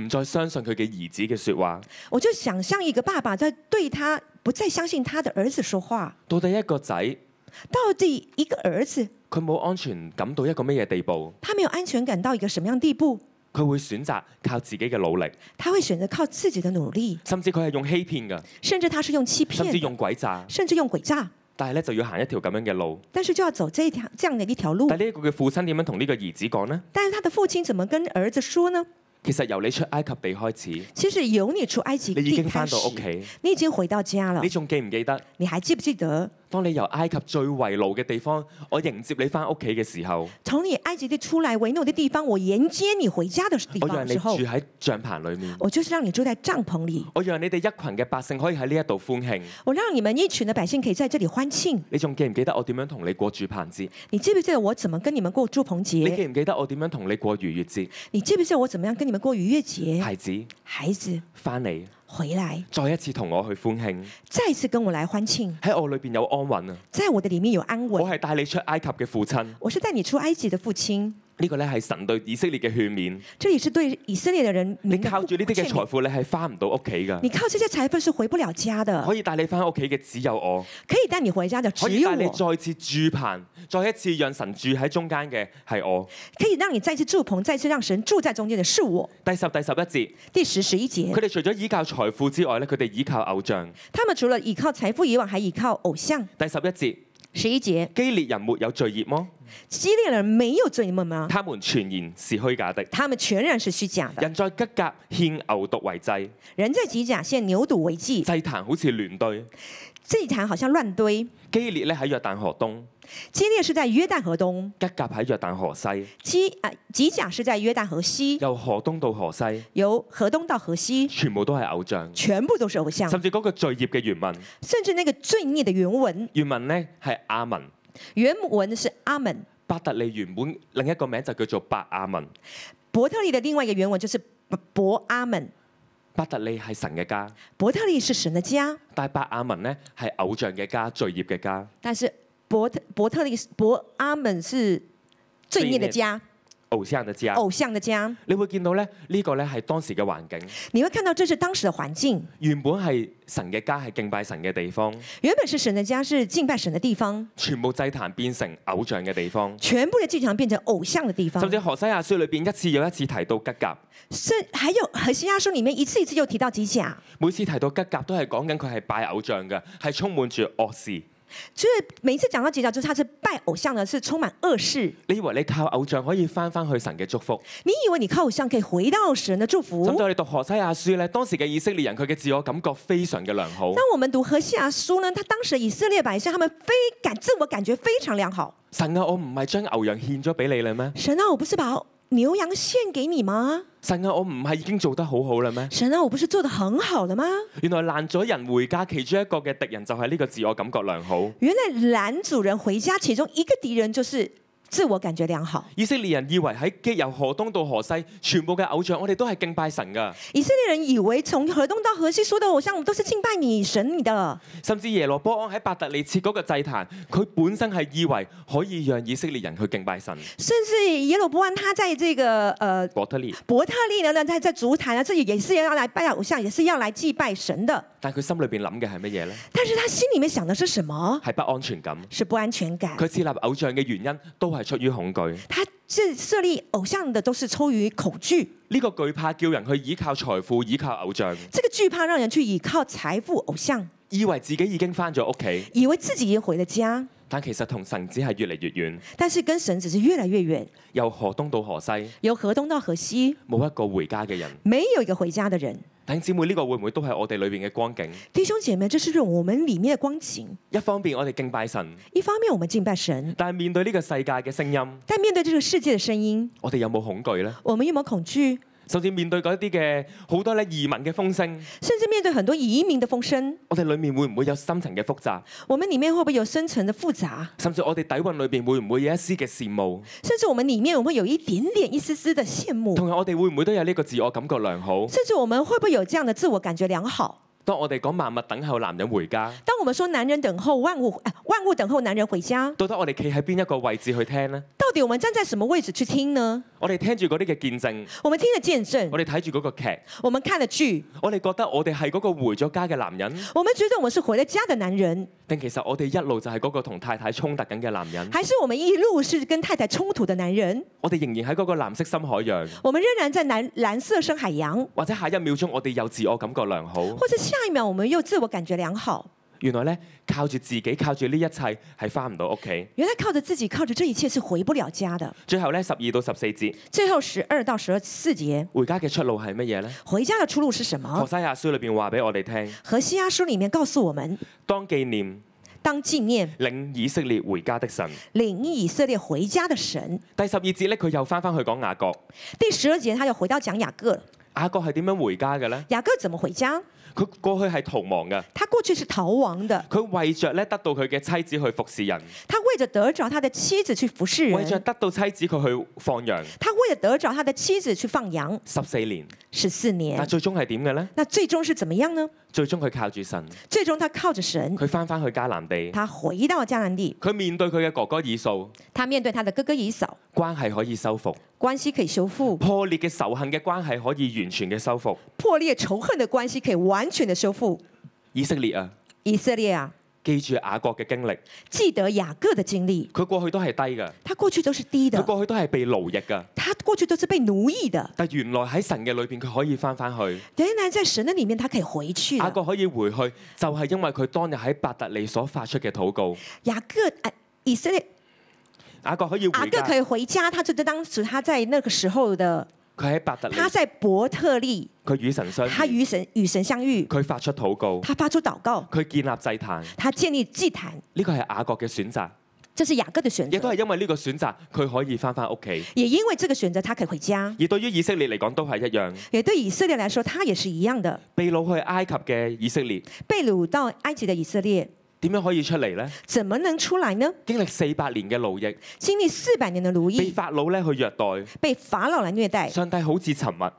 [SPEAKER 2] 唔再相信佢嘅兒子嘅説話。
[SPEAKER 3] 我就想象一个爸爸在对他不再相信他的儿子说话，
[SPEAKER 2] 到底一個仔
[SPEAKER 3] 到底一个儿子
[SPEAKER 2] 佢冇安全感到一個乜嘢地步？
[SPEAKER 3] 他没有安全感到一个什么样地步？
[SPEAKER 2] 佢會選擇靠自己嘅努力，
[SPEAKER 3] 他会选择靠自己的努力，
[SPEAKER 2] 甚至佢係用欺騙啊嘅，
[SPEAKER 3] 甚至他是用欺
[SPEAKER 2] 甚
[SPEAKER 3] 骗
[SPEAKER 2] 至
[SPEAKER 3] 的，
[SPEAKER 2] 用詭詐。
[SPEAKER 3] 甚至用诡诈，
[SPEAKER 2] 但係咧就要行一條咁樣嘅路。
[SPEAKER 3] 但是就要走这一条这样的一条路
[SPEAKER 2] 但。係呢一個嘅父親點樣同呢個兒子講呢？
[SPEAKER 3] 但是他的父亲怎么跟儿子说呢？
[SPEAKER 2] 其實由你出埃及地開始，
[SPEAKER 3] 其实由你出埃及
[SPEAKER 2] 你已
[SPEAKER 3] 地
[SPEAKER 2] 經
[SPEAKER 3] 开
[SPEAKER 2] 翻
[SPEAKER 3] 始
[SPEAKER 2] 到，屋企，
[SPEAKER 3] 你已经回到家了
[SPEAKER 2] 你。仲記唔記得？
[SPEAKER 3] 你还记不记得，
[SPEAKER 2] 當你由埃及最圍路嘅地方，我迎接你翻屋企嘅時候，
[SPEAKER 3] 从你埃及地出来为奴的地方，我迎接你回家的地
[SPEAKER 2] 我
[SPEAKER 3] 方
[SPEAKER 2] 讓
[SPEAKER 3] 的
[SPEAKER 2] 哦你
[SPEAKER 3] 时候
[SPEAKER 2] 住，喺帳棚裏面，
[SPEAKER 3] 我就是让你住在帐篷里，
[SPEAKER 2] 我讓你哋一群嘅百姓可以喺呢一度歡慶。
[SPEAKER 3] 我让你们一群的百姓可以在这里欢庆。
[SPEAKER 2] 你仲記唔記得我點樣同你過住棚節？
[SPEAKER 3] 你记不记得我怎么跟你们过祝棚
[SPEAKER 2] 你
[SPEAKER 3] 节？
[SPEAKER 2] 記唔記得我點樣同你過逾越節？
[SPEAKER 3] 你记不记得我怎么样跟你们过逾越节？
[SPEAKER 2] 孩子，
[SPEAKER 3] 孩子
[SPEAKER 2] 翻嚟，
[SPEAKER 3] 回来，
[SPEAKER 2] 再一次同我去歡慶。
[SPEAKER 3] 再次跟我来欢庆，
[SPEAKER 2] 喺我裏邊有安穩啊！
[SPEAKER 3] 在我的里面有安
[SPEAKER 2] 我
[SPEAKER 3] 稳。
[SPEAKER 2] 係帶你出埃及嘅父親，呢、
[SPEAKER 3] 我是带你出埃及的父亲，
[SPEAKER 2] 個咧係神對以色列嘅勸勉。
[SPEAKER 3] 这里是对以色列的人
[SPEAKER 2] 你
[SPEAKER 3] 民的
[SPEAKER 2] 靠住呢啲嘅
[SPEAKER 3] 劝勉
[SPEAKER 2] 財富，你係翻唔到屋企噶
[SPEAKER 3] 你。靠这些财富是回不了家的。
[SPEAKER 2] 可以帶你翻屋企嘅只有我，
[SPEAKER 3] 可以带你回家的
[SPEAKER 2] 可
[SPEAKER 3] 只
[SPEAKER 2] 以
[SPEAKER 3] 有
[SPEAKER 2] 帶你
[SPEAKER 3] 我，
[SPEAKER 2] 再次住棚，再一次讓神住喺中間嘅係我。
[SPEAKER 3] 可以让你再次住棚，再次让神住在中间的是我。
[SPEAKER 2] 第十、第十一節，
[SPEAKER 3] 第十十一节
[SPEAKER 2] 佢，哋除咗依靠財富之外咧，佢哋依靠偶像。
[SPEAKER 3] 他们除了倚靠财富以外，还倚靠偶像。
[SPEAKER 2] 第十一節，
[SPEAKER 3] 十一节，
[SPEAKER 2] 基列人沒有罪孽麼？
[SPEAKER 3] 基列人没有罪孽吗？
[SPEAKER 2] 他們全然是虛假的。
[SPEAKER 3] 他们全然是虚假的。
[SPEAKER 2] 人在吉甲獻牛犢為祭，
[SPEAKER 3] 人在吉甲献牛犊为祭，
[SPEAKER 2] 祭壇好似亂堆。
[SPEAKER 3] 祭坛好像乱堆。
[SPEAKER 2] 基列咧喺約旦河東，
[SPEAKER 3] 基列是在约旦河东，
[SPEAKER 2] 吉甲喺約旦河西，
[SPEAKER 3] 基啊吉甲是在约旦河西，
[SPEAKER 2] 由河東到河西，
[SPEAKER 3] 由河东到河西，
[SPEAKER 2] 全部都係偶像。
[SPEAKER 3] 全部都是偶像，
[SPEAKER 2] 甚至嗰個罪孽嘅原文，
[SPEAKER 3] 甚至那个罪孽的原文，
[SPEAKER 2] 原文呢係阿文，
[SPEAKER 3] 原文是阿门。
[SPEAKER 2] 伯特利原本另一個名就叫做伯阿文。
[SPEAKER 3] 伯特利的另外一个原文就是伯阿门，
[SPEAKER 2] 伯特利係神嘅家，
[SPEAKER 3] 伯特利是神的家，
[SPEAKER 2] 但係伯阿文呢係偶像嘅家、罪孽嘅家。
[SPEAKER 3] 但是伯特伯特利伯阿门是罪孽的家，
[SPEAKER 2] 偶像嘅家，
[SPEAKER 3] 偶像的家。
[SPEAKER 2] 啊你會見到咧呢、個咧係當時嘅環境，
[SPEAKER 3] 你会看到这是当时的环境，
[SPEAKER 2] 原本係神嘅家係敬拜神嘅地方，
[SPEAKER 3] 原本是神的家，是敬拜神的地方，
[SPEAKER 2] 全部祭壇變成偶像嘅地方。
[SPEAKER 3] 全部的祭坛变成偶像的地方
[SPEAKER 2] 甚。至何西亞書裏邊一次又一次提到吉甲，
[SPEAKER 3] 是还有《何西阿书》里面一次一次又提到吉甲，
[SPEAKER 2] 每次提到吉甲都係講緊佢係拜偶像嘅，係充滿住惡事。
[SPEAKER 3] 就是每一次讲到吉甲，就是他是拜偶像的，是充满恶事。
[SPEAKER 2] 你以為你靠偶像可以翻翻去神嘅祝福？
[SPEAKER 3] 你以为你靠偶像可以回到神的祝福？
[SPEAKER 2] 甚至我哋讀何西亞書咧，當時嘅以色列人佢嘅自我感覺非常嘅良好，
[SPEAKER 3] 当我们读何西阿书呢，他当时以色列百姓他们非感自我感觉非常良好。
[SPEAKER 2] 神啊，我唔係將牛羊獻咗俾你啦咩？
[SPEAKER 3] 神啊，我不是把牛羊献给你吗？
[SPEAKER 2] 神啊，我唔係已經做得好好啦咩？
[SPEAKER 3] 神啊，我不是做的很好了吗？
[SPEAKER 2] 原來爛咗人回家，其中一個嘅敵人就係呢個自我感覺良好。
[SPEAKER 3] 原来男主人回家，其中一个敌人就是自我感觉良好。
[SPEAKER 2] 以色列人以為喺基由河東到河西，全部嘅偶像我哋都係敬拜神噶，
[SPEAKER 3] 以色列人以为从河东到河西，所有的偶像我们都是敬拜你神你的。
[SPEAKER 2] 甚至耶羅波安喺伯特利設嗰個祭壇，佢本身係以為可以讓以色列人去敬拜神。
[SPEAKER 3] 甚至耶罗伯安他在这个呃
[SPEAKER 2] 伯特利，
[SPEAKER 3] 伯特利呢，呢在在足坛啊呢，这也是要来拜偶像，也是要来祭拜神的。
[SPEAKER 2] 但佢心裏邊諗嘅係乜嘢呢？
[SPEAKER 3] 但是他心里面想的是什么？
[SPEAKER 2] 係不安全感。
[SPEAKER 3] 是不安全感。
[SPEAKER 2] 佢設立偶像嘅原因都係出於恐懼。
[SPEAKER 3] 他这设立偶像的都是出于恐惧，
[SPEAKER 2] 呢、個懼怕叫人去倚靠財富、倚靠偶像，
[SPEAKER 3] 这个惧怕让人去倚靠财富、偶像，
[SPEAKER 2] 以為自己已經翻咗屋企，
[SPEAKER 3] 以为自己已经回了家，
[SPEAKER 2] 但其實同神只係越嚟越遠。
[SPEAKER 3] 但是跟神只是越来越远，
[SPEAKER 2] 由河東到河西，
[SPEAKER 3] 由河东到河西，
[SPEAKER 2] 冇一個回家嘅人。
[SPEAKER 3] 没有一个回家的人。
[SPEAKER 2] 弟兄姊妹，呢、個會唔會都係我哋裏邊嘅光景？
[SPEAKER 3] 弟兄姐妹，这是我们里面的光景。
[SPEAKER 2] 一方面我哋敬拜神，
[SPEAKER 3] 一方面我们敬拜神，
[SPEAKER 2] 但係面對呢個世界嘅聲音，
[SPEAKER 3] 但面对这个世界的声音，
[SPEAKER 2] 我哋有冇恐懼呢？
[SPEAKER 3] 我们有没有恐惧？
[SPEAKER 2] 甚至面對嗰一啲嘅好多咧移民嘅風聲，
[SPEAKER 3] 甚至面对很多移民的风声，
[SPEAKER 2] 我哋裡面會唔會有深層嘅複雜？
[SPEAKER 3] 我们里面会不会有深层的复杂？
[SPEAKER 2] 甚至我哋底蕴裏邊會唔會有一絲嘅羨慕？
[SPEAKER 3] 甚至我们里面我们有一点点、一丝丝的羡慕，
[SPEAKER 2] 同埋我哋會唔會都有呢個自我感覺良好？
[SPEAKER 3] 甚至我们会不会有这样的自我感觉良好？
[SPEAKER 2] 當我哋講萬物等候男人回家，
[SPEAKER 3] 当我们说男人等候万物，呃万物等候男人回家，
[SPEAKER 2] 到底我哋企喺邊一個位置去聽呢？
[SPEAKER 3] 到底我们站在什么位置去听呢？
[SPEAKER 2] 我哋聽住嗰啲嘅見證，
[SPEAKER 3] 我们听了见证
[SPEAKER 2] 我，哋睇住嗰個劇，
[SPEAKER 3] 我们看了剧，
[SPEAKER 2] 我哋覺得我哋係嗰個回咗家嘅男人，
[SPEAKER 3] 我们觉得我们是回了家的男人，
[SPEAKER 2] 定其實我哋一路就係嗰個同太太衝突緊嘅男人？
[SPEAKER 3] 还是我们一路是跟太太冲突的男人？
[SPEAKER 2] 我哋仍然喺嗰個藍色深海洋，
[SPEAKER 3] 我们仍然在蓝蓝色深海洋，
[SPEAKER 2] 或者下一秒鐘我哋又自我感覺良好。
[SPEAKER 3] 或者下一秒我们又自我感觉良好。
[SPEAKER 2] 原來呢，靠住自己，靠住呢一切係翻唔到屋企。
[SPEAKER 3] 原来靠着自己，靠着这一切是回不了家的。
[SPEAKER 2] 最後呢，十二到十四節，
[SPEAKER 3] 最后十二到十四节，
[SPEAKER 2] 回家嘅出路係乜嘢呢？
[SPEAKER 3] 回家的出路是什
[SPEAKER 2] 何
[SPEAKER 3] 么？
[SPEAKER 2] 西亞書裏邊話俾我哋聽，
[SPEAKER 3] 何西阿书里面告诉我们，
[SPEAKER 2] 當紀念
[SPEAKER 3] 当纪念
[SPEAKER 2] 領以色列回家的神。
[SPEAKER 3] 领以色列回家的神。
[SPEAKER 2] 第十二節呢，佢又翻翻去講雅各。
[SPEAKER 3] 第十二节，他又回到讲雅各了。
[SPEAKER 2] 雅啊各係點樣回家嘅呢？
[SPEAKER 3] 雅各怎么回家？
[SPEAKER 2] 佢過去係逃亡嘅，
[SPEAKER 3] 他过去是逃亡的，
[SPEAKER 2] 佢為着咧得到佢嘅妻子去服侍人，
[SPEAKER 3] 他为着得着他的妻子去服侍
[SPEAKER 2] 為着
[SPEAKER 3] 人，
[SPEAKER 2] 得到妻子佢去放羊
[SPEAKER 3] 他为了得着他的妻子去放羊
[SPEAKER 2] 十四年。
[SPEAKER 3] 十四
[SPEAKER 2] 但
[SPEAKER 3] 年。
[SPEAKER 2] 最終係點嘅呢？
[SPEAKER 3] 那最终是怎么样呢？
[SPEAKER 2] 最終佢靠住神，
[SPEAKER 3] 最终他靠着神，
[SPEAKER 2] 佢翻翻去迦南地，
[SPEAKER 3] 他回到迦南地，
[SPEAKER 2] 佢面對佢嘅哥哥以掃，
[SPEAKER 3] 他面对他的哥哥以扫，
[SPEAKER 2] 關係可以修復，
[SPEAKER 3] 关系可以修复，
[SPEAKER 2] 破裂嘅仇恨嘅關係可以完全嘅修復。
[SPEAKER 3] 破裂仇恨的关系可以完全的修复。
[SPEAKER 2] 以色列啊，
[SPEAKER 3] 以色列啊，
[SPEAKER 2] 記住雅各嘅經歷，
[SPEAKER 3] 记得雅各的经历，
[SPEAKER 2] 佢過去都係低嘅，
[SPEAKER 3] 他过去都是低
[SPEAKER 2] 佢
[SPEAKER 3] 的，
[SPEAKER 2] 過去都係被奴役嘅，
[SPEAKER 3] 他过去都是被奴役的。
[SPEAKER 2] 但原來喺神嘅裏邊，佢可以翻翻去。
[SPEAKER 3] 仍然在神的里面，他可以回去
[SPEAKER 2] 雅
[SPEAKER 3] 的。
[SPEAKER 2] 各可以回去，就係因為佢當日喺伯特利所發出嘅禱告。
[SPEAKER 3] 雅各啊，以色列
[SPEAKER 2] 雅各可以
[SPEAKER 3] 雅
[SPEAKER 2] 回
[SPEAKER 3] 各
[SPEAKER 2] 家，
[SPEAKER 3] 可以回家，他就是当时他在那个时候的，
[SPEAKER 2] 佢喺伯特利，
[SPEAKER 3] 他在伯特利，
[SPEAKER 2] 佢與神相
[SPEAKER 3] 他
[SPEAKER 2] 遇，
[SPEAKER 3] 与神与神相遇，
[SPEAKER 2] 佢發出禱告，
[SPEAKER 3] 他发出祷告，
[SPEAKER 2] 佢建立祭壇。
[SPEAKER 3] 他建立祭坛，
[SPEAKER 2] 呢個係雅各嘅選擇，
[SPEAKER 3] 这是雅各的选
[SPEAKER 2] 亦都
[SPEAKER 3] 择。
[SPEAKER 2] 係因為呢個選擇，佢可以翻翻屋企。
[SPEAKER 3] 也因为这个选择，他可以回家。
[SPEAKER 2] 而對於以色列嚟講都係一樣，
[SPEAKER 3] 也对以色列来说，他也是一样的。
[SPEAKER 2] 被掳去埃及嘅以色列
[SPEAKER 3] 被掳到埃及的以色列，
[SPEAKER 2] 點樣可以出嚟呢？
[SPEAKER 3] 怎么能出来呢？
[SPEAKER 2] 經歷四百年嘅奴役，
[SPEAKER 3] 经历四百年的奴
[SPEAKER 2] 被
[SPEAKER 3] 役，
[SPEAKER 2] 法老咧去虐待，
[SPEAKER 3] 被法老来虐待，
[SPEAKER 2] 上帝好似沉默，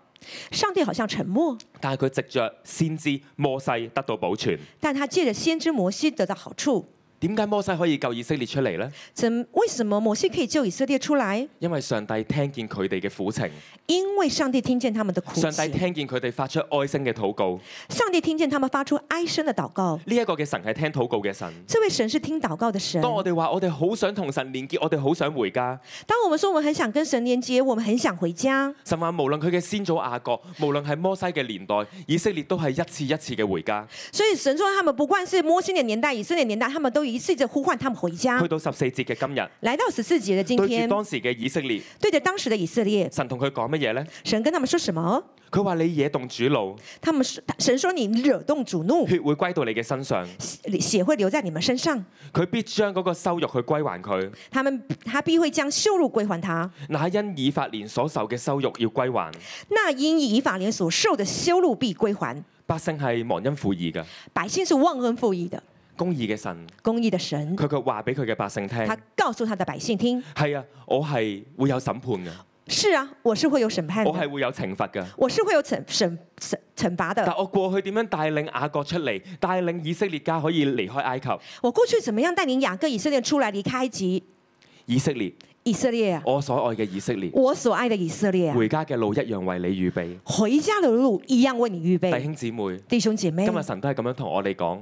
[SPEAKER 3] 上帝好像沉默，
[SPEAKER 2] 但係佢藉着先知摩西得到保存。
[SPEAKER 3] 但他借着先知摩西得到好处。
[SPEAKER 2] 點解摩西可以救以色列出嚟呢？
[SPEAKER 3] 怎为什么摩西可以救以色列出来？
[SPEAKER 2] 因為上帝聽見佢哋嘅苦情，
[SPEAKER 3] 因为上帝聽见他们的苦
[SPEAKER 2] 上
[SPEAKER 3] 情，
[SPEAKER 2] 帝聽見佢哋發出哀聲嘅禱告。
[SPEAKER 3] 上帝聽见他们发出哀声的祷告。
[SPEAKER 2] 呢、一個嘅神係聽禱告嘅神。
[SPEAKER 3] 这位神是听祷告的神。
[SPEAKER 2] 當我哋話我哋好想同神連結，我哋好想回家，
[SPEAKER 3] 当我们说我们很想跟神连接，我们很想回家，
[SPEAKER 2] 神話無論佢嘅先祖雅各，無論係摩西嘅年代，以色列都係一次一次嘅回家。
[SPEAKER 3] 所以神说他们不管是摩西的年代、以色列年代，他们都一次次呼唤他们回家
[SPEAKER 2] 去。到十四節嘅今日，
[SPEAKER 3] 来到十四节的啊今
[SPEAKER 2] 對
[SPEAKER 3] 天
[SPEAKER 2] 住，當時嘅以色列，
[SPEAKER 3] 对着当时的以色列，
[SPEAKER 2] 神同佢講乜嘢呢？
[SPEAKER 3] 神跟他们说什么？
[SPEAKER 2] 佢話你惹動主怒，
[SPEAKER 3] 他们说，神说你惹动主怒，
[SPEAKER 2] 血會歸到你嘅身上，
[SPEAKER 3] 血血会留在你们身上，
[SPEAKER 2] 佢必將嗰個羞辱去歸還佢。
[SPEAKER 3] 他们他必会将羞辱归还他。
[SPEAKER 2] 那因以法蓮所受嘅羞辱要歸還，
[SPEAKER 3] 那因以法莲所受的羞辱必归还。
[SPEAKER 2] 百姓係忘恩負義嘅。
[SPEAKER 3] 百姓是忘恩负义的，
[SPEAKER 2] 公義嘅神，
[SPEAKER 3] 公义的神，
[SPEAKER 2] 佢卻話俾佢嘅百姓聽：
[SPEAKER 3] 嗯他告诉他的百姓听：
[SPEAKER 2] 係啊，我係會有審判嘅，
[SPEAKER 3] 是啊，我是会有审判
[SPEAKER 2] 我係
[SPEAKER 3] 的，
[SPEAKER 2] 會有懲罰嘅。
[SPEAKER 3] 我是会有惩审审惩罚
[SPEAKER 2] 但
[SPEAKER 3] 的。
[SPEAKER 2] 我過去點樣帶領雅各出嚟，帶領以色列家可以離開埃及？
[SPEAKER 3] 我过去怎么样带领雅各以色列出来离开埃及？
[SPEAKER 2] 以色列，
[SPEAKER 3] 以色列啊，
[SPEAKER 2] 我所愛嘅以色列，
[SPEAKER 3] 我所爱的以色列啊，
[SPEAKER 2] 回家嘅路一樣為你預備。
[SPEAKER 3] 回家的路一样为你预
[SPEAKER 2] 弟
[SPEAKER 3] 备。
[SPEAKER 2] 兄姊妹，
[SPEAKER 3] 弟兄姐妹
[SPEAKER 2] 今，日神都係咁樣同我哋講，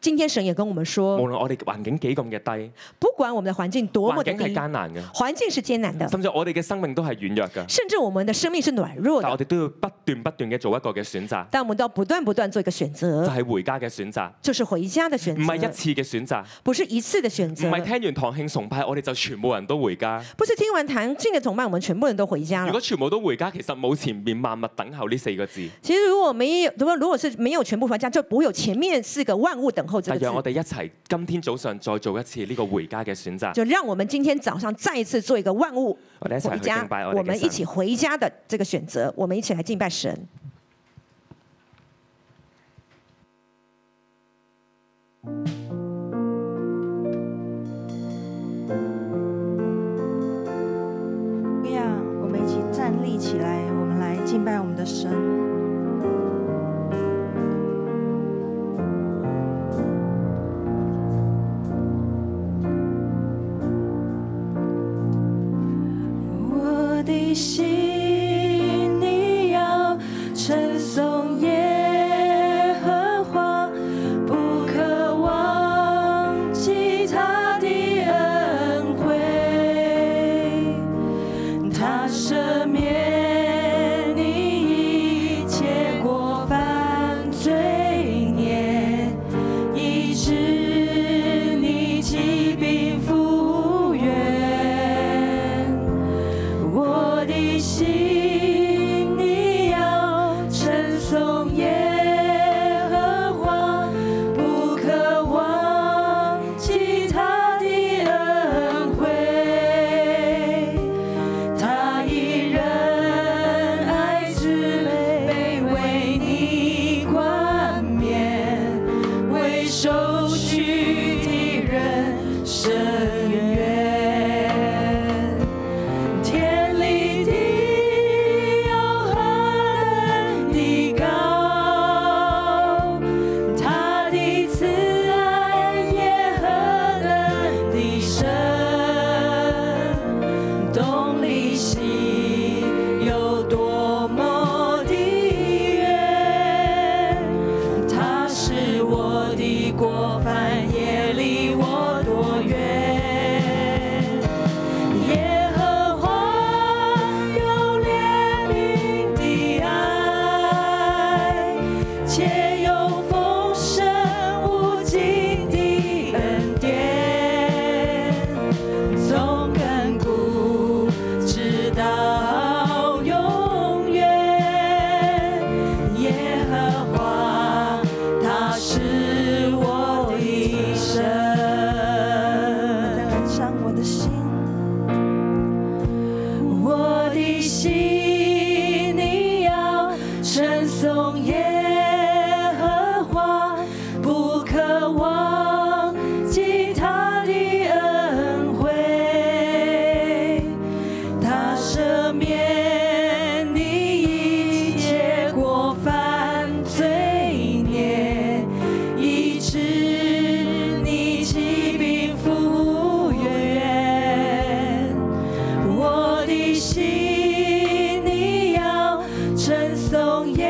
[SPEAKER 3] 今天神也跟我们
[SPEAKER 2] 無
[SPEAKER 3] 说，
[SPEAKER 2] 論我哋環境幾咁嘅低，
[SPEAKER 3] 不管我们的环境多么
[SPEAKER 2] 環
[SPEAKER 3] 的
[SPEAKER 2] 境係嗯
[SPEAKER 3] 低，
[SPEAKER 2] 艱難嘅，
[SPEAKER 3] 环境是艰难的，
[SPEAKER 2] 甚至我哋嘅生命都係軟弱嘅。
[SPEAKER 3] 甚至我们的生命是软弱
[SPEAKER 2] 但
[SPEAKER 3] 的，
[SPEAKER 2] 我哋都要不斷不斷嘅做一個嘅選擇，
[SPEAKER 3] 但我们都要不断不断做一个选
[SPEAKER 2] 就
[SPEAKER 3] 择，
[SPEAKER 2] 係回家嘅選擇，
[SPEAKER 3] 嗯就是回家的选
[SPEAKER 2] 唔係一
[SPEAKER 3] 择，
[SPEAKER 2] 次嘅選擇，
[SPEAKER 3] 不是一次的选择
[SPEAKER 2] 唔。係聽完堂慶崇拜我哋就全部人都回家。
[SPEAKER 3] 不是听完弹进的同伴，我们全部人都回家
[SPEAKER 2] 如
[SPEAKER 3] 了
[SPEAKER 2] 果。全部都回家，其實冇前面萬物等候呢四個字，
[SPEAKER 3] 其实如果没有，如果如果是没有全部回家，就不会有前面四个万物等候这
[SPEAKER 2] 但
[SPEAKER 3] 个
[SPEAKER 2] 哎讓我
[SPEAKER 3] 字。
[SPEAKER 2] 哋一齊今天早上再做一次呢個回家嘅選擇。
[SPEAKER 3] 就让我们今天早上再一次做一个万物
[SPEAKER 2] 我哋一齊
[SPEAKER 3] 回
[SPEAKER 2] 去
[SPEAKER 3] 家
[SPEAKER 2] 敬拜，我
[SPEAKER 3] 我
[SPEAKER 2] 哋嘅
[SPEAKER 3] 们一起
[SPEAKER 2] 神。
[SPEAKER 3] 回家的这个选择，我们一起来敬拜神。
[SPEAKER 4] 主呀，我们一起站立起来，我们来敬拜我们的神。我的心，你要称颂耶和华，不可忘。
[SPEAKER 5] 离过犯，也离我多远？耶和华有怜悯的爱，且有丰盛无尽的恩典，从亘古直到永远。耶和华，他是我的
[SPEAKER 4] 再
[SPEAKER 5] 神。
[SPEAKER 4] 燃烧我的心，
[SPEAKER 5] 我的心，你要称颂耶和华，不可忘记他的恩惠，他赦免你一切过犯罪孽，医治你疾病复原。我的心，你要称颂耶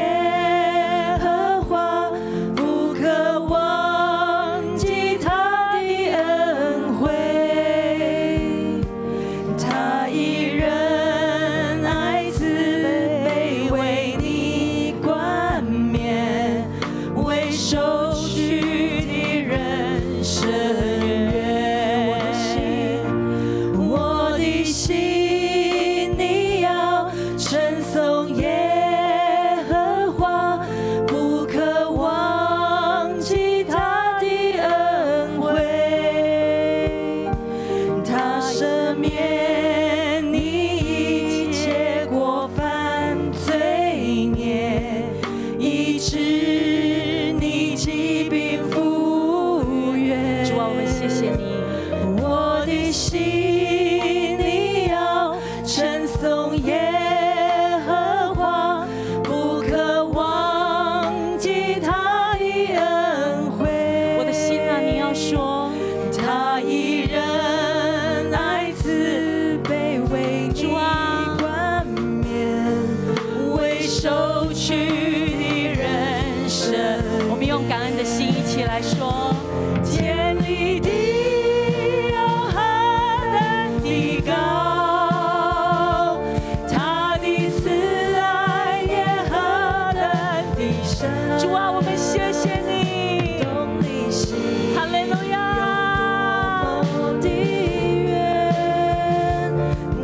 [SPEAKER 5] 和华，不可忘记他的恩惠。他以仁爱慈悲为你冠冕，为受屈的人伸冤。我的心，你要称颂耶和华，不可忘记他的恩惠。他赦免你一切过犯罪孽，医治你疾病复原。主啊，我们谢谢你，我的心你要称颂耶和华，不可忘记他的恩惠。我的心啊，你要说。他以仁爱慈悲为啊你冠冕，为受屈的人生。我们用感恩的心一起来说：天立地有何等地高，他的慈爱也何等地深。主啊，我们谢谢你。懂你心。哈利路亚！地缘，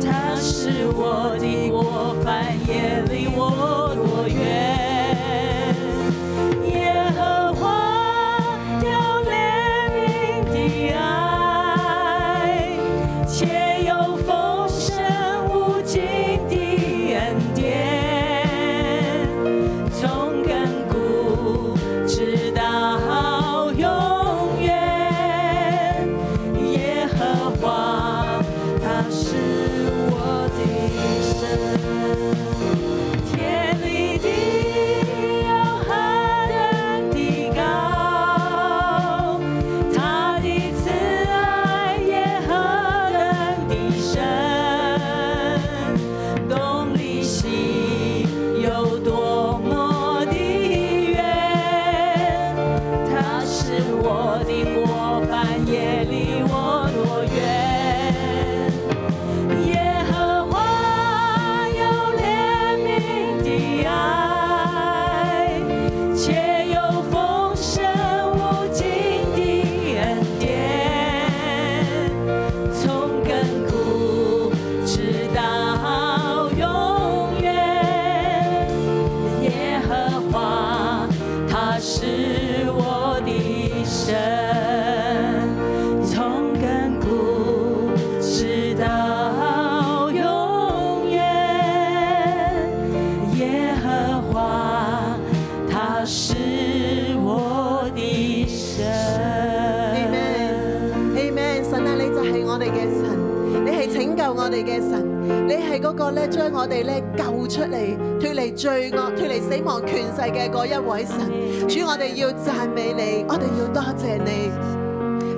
[SPEAKER 5] 他是我的过犯，也离我多远？耶和华有怜悯的爱，且有丰盛无尽的恩典。从亘古直到永远，耶和华他是我的神，天立地有何等地高，他的慈爱也何等地深。东离西有多么的远，它是我的过犯，也离我多远。耶和华有怜悯的爱，且有丰盛无尽的恩典。从亘古直到永远，耶和华他是我的神，从亘古直到永远，耶和华他是我的神。
[SPEAKER 6] Amen Amen，神啊，你就係我哋嘅神，你係拯救我哋嘅神，你係嗰個咧將我哋咧救出嚟，脱離罪惡、脱離死亡權勢嘅嗰一位神。主，我哋要讚美你，我哋要多謝你。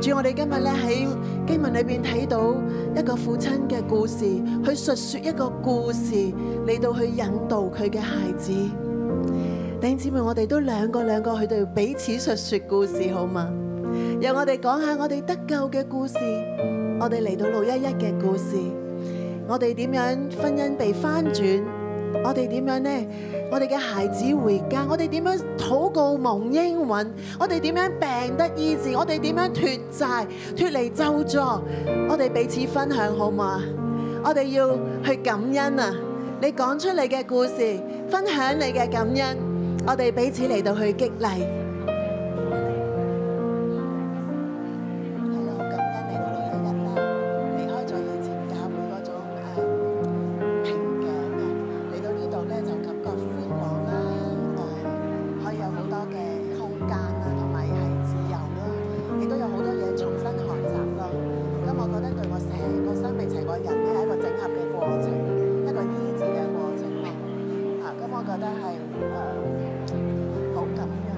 [SPEAKER 6] 主，我哋今日咧喺經文裏邊睇到一個父親嘅故事，去述說一個故事嚟到去引導佢嘅孩子。弟兄姊妹，我哋都兩個兩個去到彼此述說故事，好嘛？由我哋講下我哋得救嘅故事，我哋嚟到六一一嘅故事，我哋點樣婚姻被翻轉，我哋點樣呢？我哋嘅孩子回家，我哋點樣禱告蒙應允，我哋點樣病得醫治，我哋點樣脱債脱離咒詛，我哋彼此分享好嘛？我哋要去感恩啊！你講出你嘅故事，分享你嘅感恩，我哋彼此嚟到去激勵。係啦，好感恩你嗰度有人啦，離開咗以前教會嗰種誒平嘅嘅，嚟到呢度咧就感覺寬廣啦，誒可以有好多嘅空間啦，同埋係自由啦，亦都有好多嘢重新學習咯。咁我覺得對我成個生命成個人咧係一個整合嘅過程。一個醫治嘅過程咯。啊，咁我覺得係誒好感恩。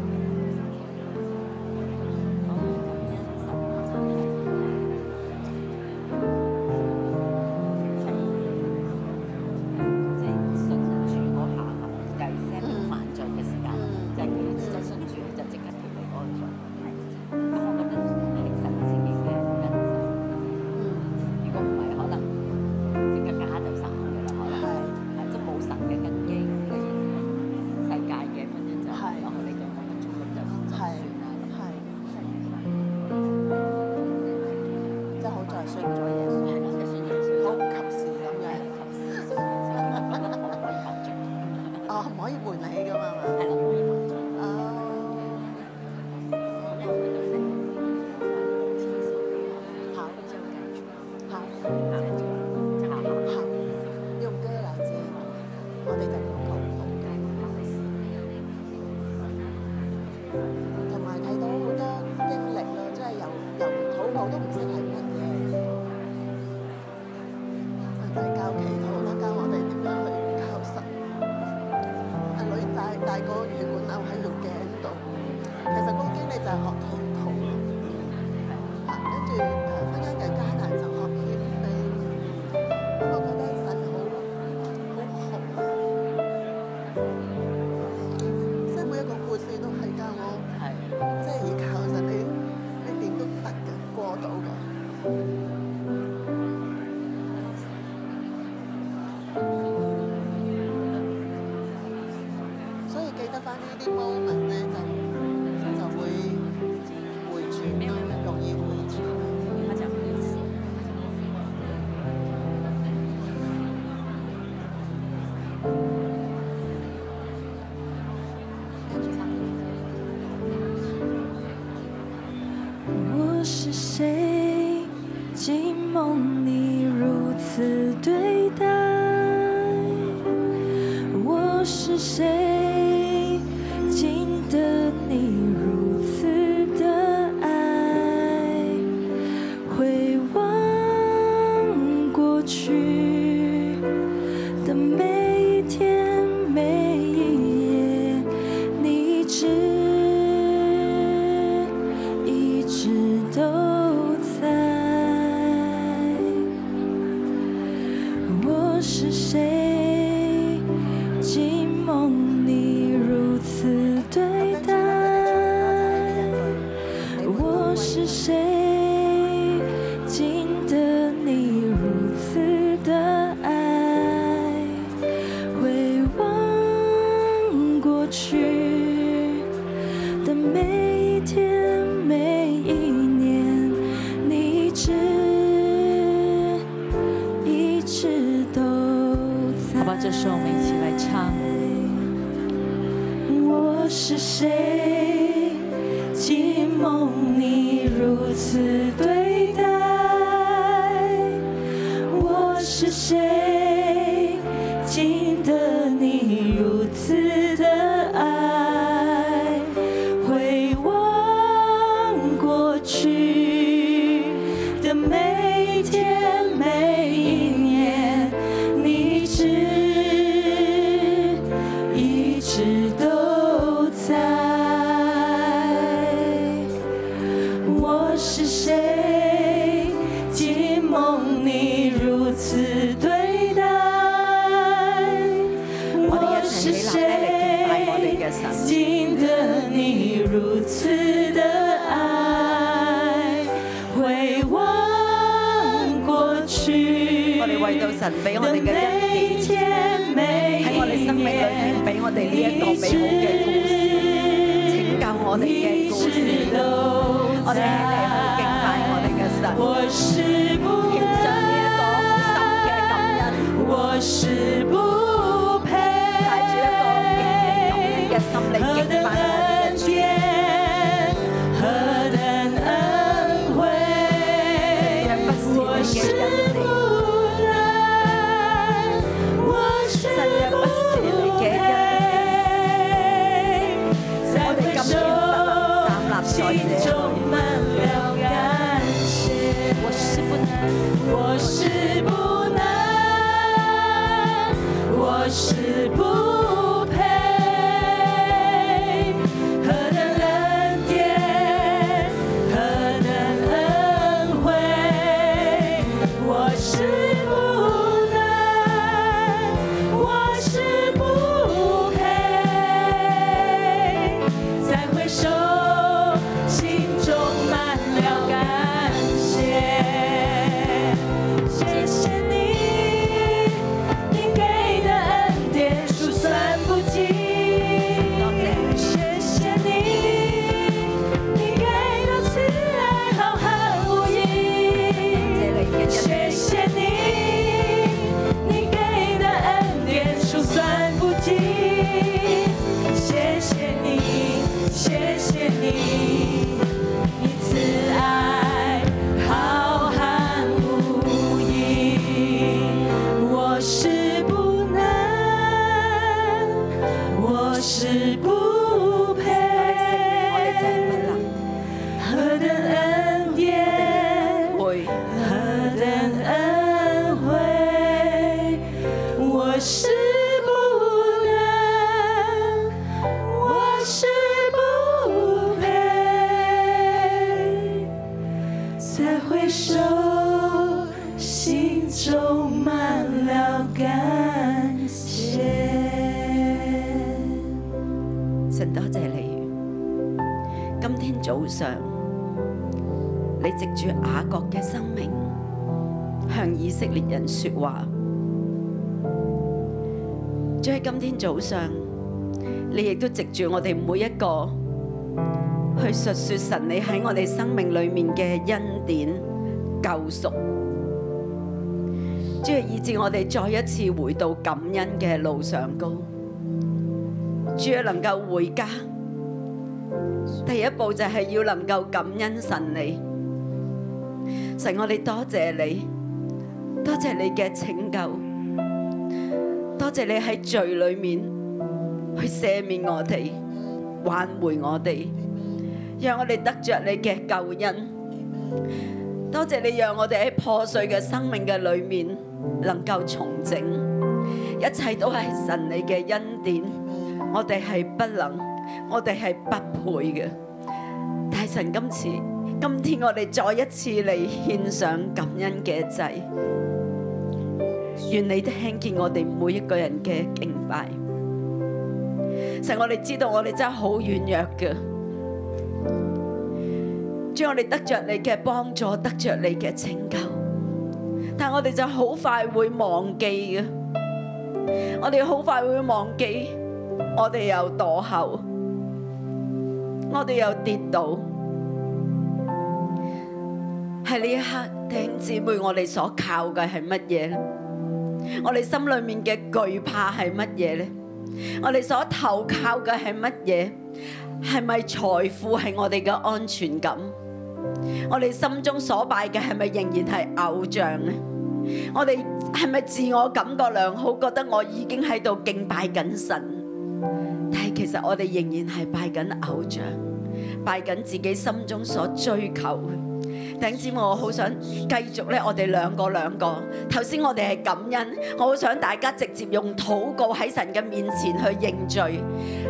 [SPEAKER 7] 即係信主嗰下後，就係 set 到犯罪嘅時間，就係佢一信主就即刻脫離嗰個罪。咁我覺得係神自己嘅恩手。如果唔係，可能即刻假就散㗎啦，可能係即係冇神嘅根基，你世界嘅婚姻就係我哋嘅我哋做咁就就算啦。
[SPEAKER 6] 係，真係好在信咗耶穌，
[SPEAKER 7] 係啦，就信耶穌，
[SPEAKER 6] 好及時咁
[SPEAKER 7] 係
[SPEAKER 6] 樣。
[SPEAKER 7] 及時信耶穌，我唔可以犯罪，
[SPEAKER 6] 哦，唔可以換你噶嘛係
[SPEAKER 7] 係啦，唔可以犯罪。
[SPEAKER 6] 嘛。哦，好，好，好，用歌例子，我哋就講好好嘅同埋睇到好多經歷咯，即係由由禱告都唔識係乜嘢。就係教祈禱啦，教我哋點樣去靠神。阿女大大個血管瘤喺條頸度，其實嗰個經歷就係學祈禱咯。啊跟住誒婚姻嘅艱難就學謙卑。我覺得神好好好好，即係每一個故事都係教我，即係依靠神，你你點都得嘅，過到嘅。所以記得翻呢啲 moment 咧，就就會回轉啦，容易回轉。
[SPEAKER 5] 我是谁？竟蒙你如此对待？我是谁？竟得你如此的爱？回望过去的每一天每一夜，你一直一直都在。我是谁？竟蒙你如此对待？我是谁？竟得你如此的爱？回望过去的每一天、每一年，你一直一直都在。
[SPEAKER 7] 好吧，这时候我们一起来唱。
[SPEAKER 5] 我是谁？竟蒙你如此对待？我是谁？竟得你如此的爱？回望过去的每一天、每一年，你一直一直都在。我是谁？此的爱，回望过去。
[SPEAKER 7] 我哋為到神俾我哋嘅恩典，喺我哋生命裏面俾我哋呢一個美好嘅故事，拯救我哋嘅故事。我哋喺你好敬拜我哋嘅神，
[SPEAKER 5] 我是不
[SPEAKER 7] 獻上呢一個好深嘅感恩，
[SPEAKER 5] 我是不配，
[SPEAKER 7] 帶住一個敬虔感恩嘅心嚟
[SPEAKER 5] 何
[SPEAKER 7] 敬
[SPEAKER 5] 等
[SPEAKER 7] 拜我哋
[SPEAKER 5] 恩
[SPEAKER 7] 嘅主。
[SPEAKER 5] 典，何等恩惠，我是不能，我是不配，在回首心中满了感谢，我是不能，我是不能。我是不配，何等恩典，何等恩惠，我是不能，我是不配，再回首，心中满了感谢。谢谢你，你给的恩典数算不尽。谢谢你，你给的慈爱浩瀚无垠。谢谢你，你给的恩典数算不尽。谢谢你，谢谢你。你慈爱浩瀚无垠，我是不能，我是不配。何等恩典，何等恩惠，我是不能。我是不配，再回首，心中满了感谢。
[SPEAKER 8] 神多謝你，今天早上你藉住雅各嘅生命向以色列人說話。主喺今天早上，你亦都藉住我哋每一個去述說神你喺我哋生命裏面嘅恩典救贖。主係以致我哋再一次回到感恩嘅路上高。主啊，能夠回家，第一步就係要能夠感恩神你。神，我哋多謝你，多謝你嘅拯救，多謝你喺罪裏面去赦免我哋，挽回我哋，讓我哋得着你嘅救恩。多謝你讓我哋喺破碎嘅生命嘅裏面能夠重整，一切都係神你嘅恩典。我哋係不能，我哋係不配嘅。大神今次，今天我哋再一次嚟獻上感恩嘅祭，願你聽見我哋每一個人嘅敬拜。神，我哋知道我哋真係好軟弱嘅，主，我哋得着你嘅幫助，得着你嘅拯救，但我哋就好快會忘記嘅，我哋好快會忘記。我哋又墮後，我哋又跌倒。喺呢一刻，弟兄姊妹，我哋所靠嘅係乜嘢呢？我哋心裏面嘅懼怕係乜嘢呢？我哋所投靠嘅係乜嘢？係咪財富係我哋嘅安全感？我哋心中所拜嘅係咪仍然係偶像呢？我哋係咪自我感覺良好，覺得我已經喺度敬拜緊神？但係其實我哋仍然係拜緊偶像，拜緊自己心中所追求嘅。弟兄姊妹，我好想繼續咧，我哋兩個兩個。頭先我哋係感恩，我好想大家直接用禱告喺神嘅面前去認罪，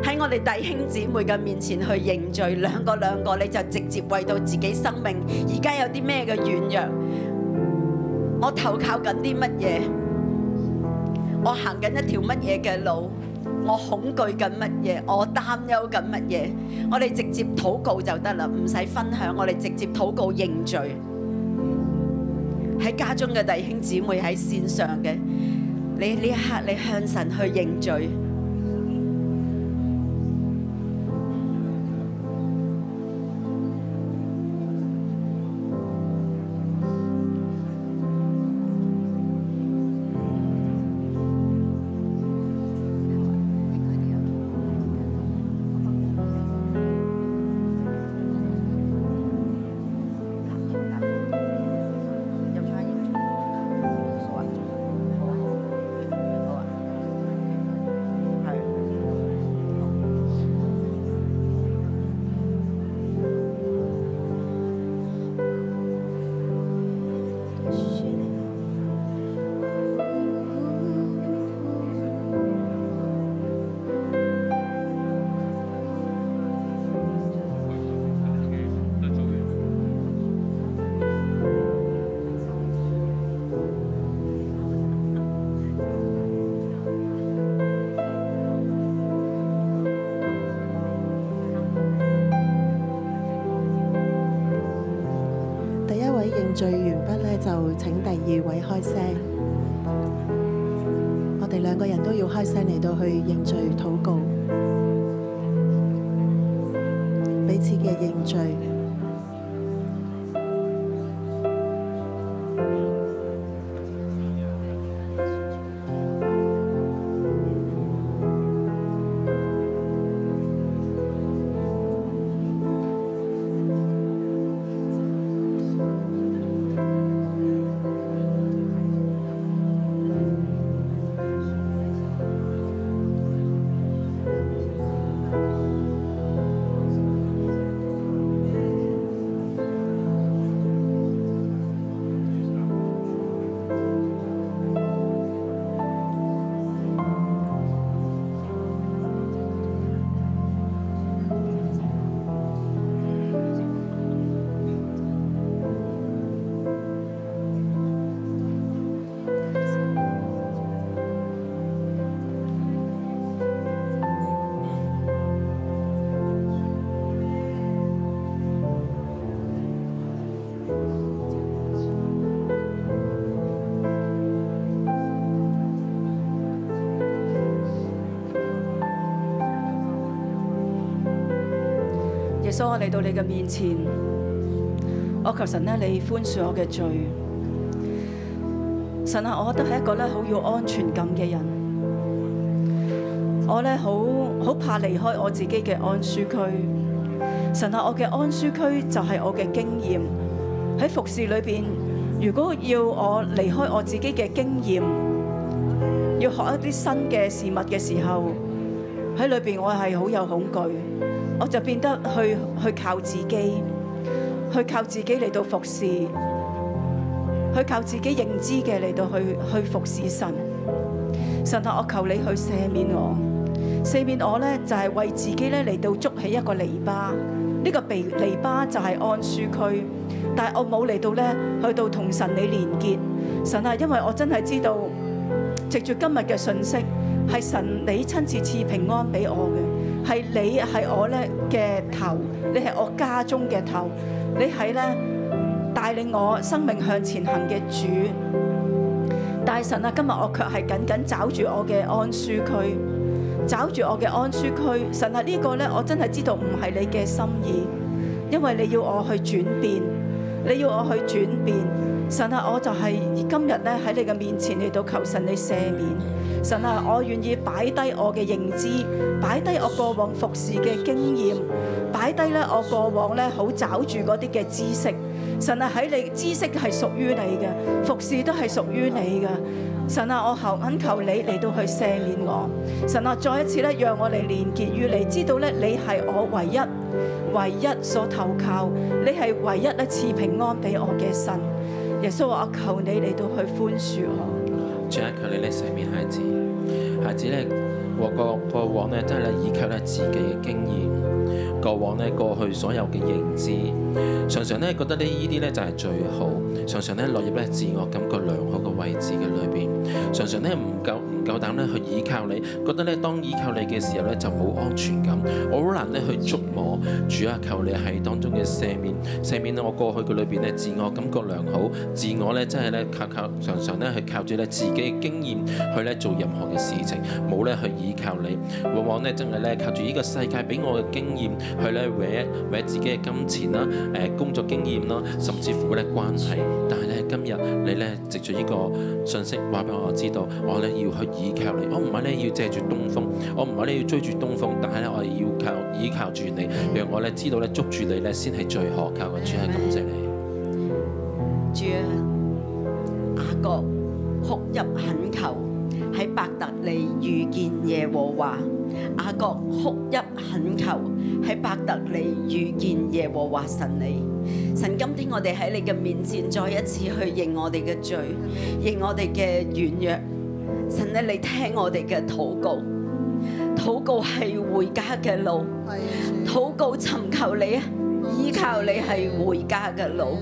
[SPEAKER 8] 喺我哋弟兄姊妹嘅面前去認罪。兩個兩個，你就直接為到自己生命而家有啲咩嘅軟弱，我投靠緊啲乜嘢，我行緊一條乜嘢嘅路。我恐懼緊乜嘢，我擔憂緊乜嘢，我哋直接禱告就得啦，唔使分享，我哋直接禱告認罪。喺家中嘅弟兄姊妹喺線上嘅，你呢一刻你向神去認罪。啊啊
[SPEAKER 6] 第一位認罪完畢咧，就請第二位開聲。我哋兩個人都要開聲嚟到去認罪禱告，彼此嘅認罪。
[SPEAKER 9] 耶穌，我嚟到你嘅面前，我求神咧，你寬恕我嘅罪。神啊，我覺得係一個咧好有安全感嘅人，我咧好好怕離開我自己嘅安舒區。神啊，我嘅安舒區就係我嘅經驗喺服侍裏邊。如果要我離開我自己嘅經驗，要學一啲新嘅事物嘅時候，喺裏邊我係好有恐懼。我就變得去去靠自己，去靠自己嚟到服侍，去靠自己認知嘅嚟到去去服侍神。神啊，我求你去赦免我，赦免我呢，就係、為自己呢嚟到捉起一個籬笆，呢、個被籬笆就係安舒區，但係我冇嚟到呢，去到同神你連結。神啊，因為我真係知道，藉住今日嘅信息，係神你親自賜平安俾我嘅。係你係我咧嘅頭，你係我家中嘅頭，你係咧帶領我生命向前行嘅主。但係神啊，今日我卻係緊緊找住我嘅安舒區，找住我嘅安舒區。神啊，呢個咧我真係知道唔係你嘅心意，因為你要我去轉變，你要我去轉變。神啊，我就係今日咧喺你嘅面前嚟到求神你赦免。神啊，我願意擺低我嘅認知，擺低我過往服侍嘅經驗，擺低咧我過往咧好找住嗰啲嘅知識。神啊，喺你知識係屬於你嘅，服侍都係屬於你嘅。神啊，我求懇求你嚟到去赦免我。神啊，再一次咧，讓我哋連結於你，知道咧你係我唯一、唯一所投靠，你係唯一咧賜平安俾我嘅神。耶穌啊，我求你嚟到去寬恕我。
[SPEAKER 10] 主啊，求你咧赦免孩子，孩子咧和過過往咧真係咧依靠咧自己嘅經驗，過往咧過去所有嘅認知，常常咧覺得呢依啲咧就係最好，常常咧落入咧自我感覺良好嘅位置嘅裏邊，常常咧唔夠唔夠膽咧去依靠你，覺得咧當依靠你嘅時候咧就冇安全感，我好難咧去觸摸。主啊，求你喺當中嘅赦免，赦免我過去嘅裏邊咧自我感覺良好，自我咧真係咧靠靠常常咧去靠住咧自己嘅經驗去咧做任何嘅事情，冇咧去依靠你。往往咧真係咧靠住呢個世界俾我嘅經驗去咧搲搲自己嘅金錢啦、誒、工作經驗啦，甚至乎咧關係。但係咧今日你咧藉住呢個信息話俾我知道，我咧要去倚靠你，我唔係咧要借住東風，我唔係咧要追住東風，但係咧我係要靠倚靠住你，讓我咧知道咧捉住你咧先係最可靠嘅。主啊，感謝你。
[SPEAKER 8] 主啊，雅各哭泣懇求喺伯特利遇見耶和華。雅各哭泣懇求喺伯特利遇見耶和華神你。神今天我哋喺你嘅面前再一次去認我哋嘅罪，認我哋嘅軟弱。神咧，你聽我哋嘅禱告，禱告係回家嘅路，禱告尋求你啊，依靠你係回家嘅路。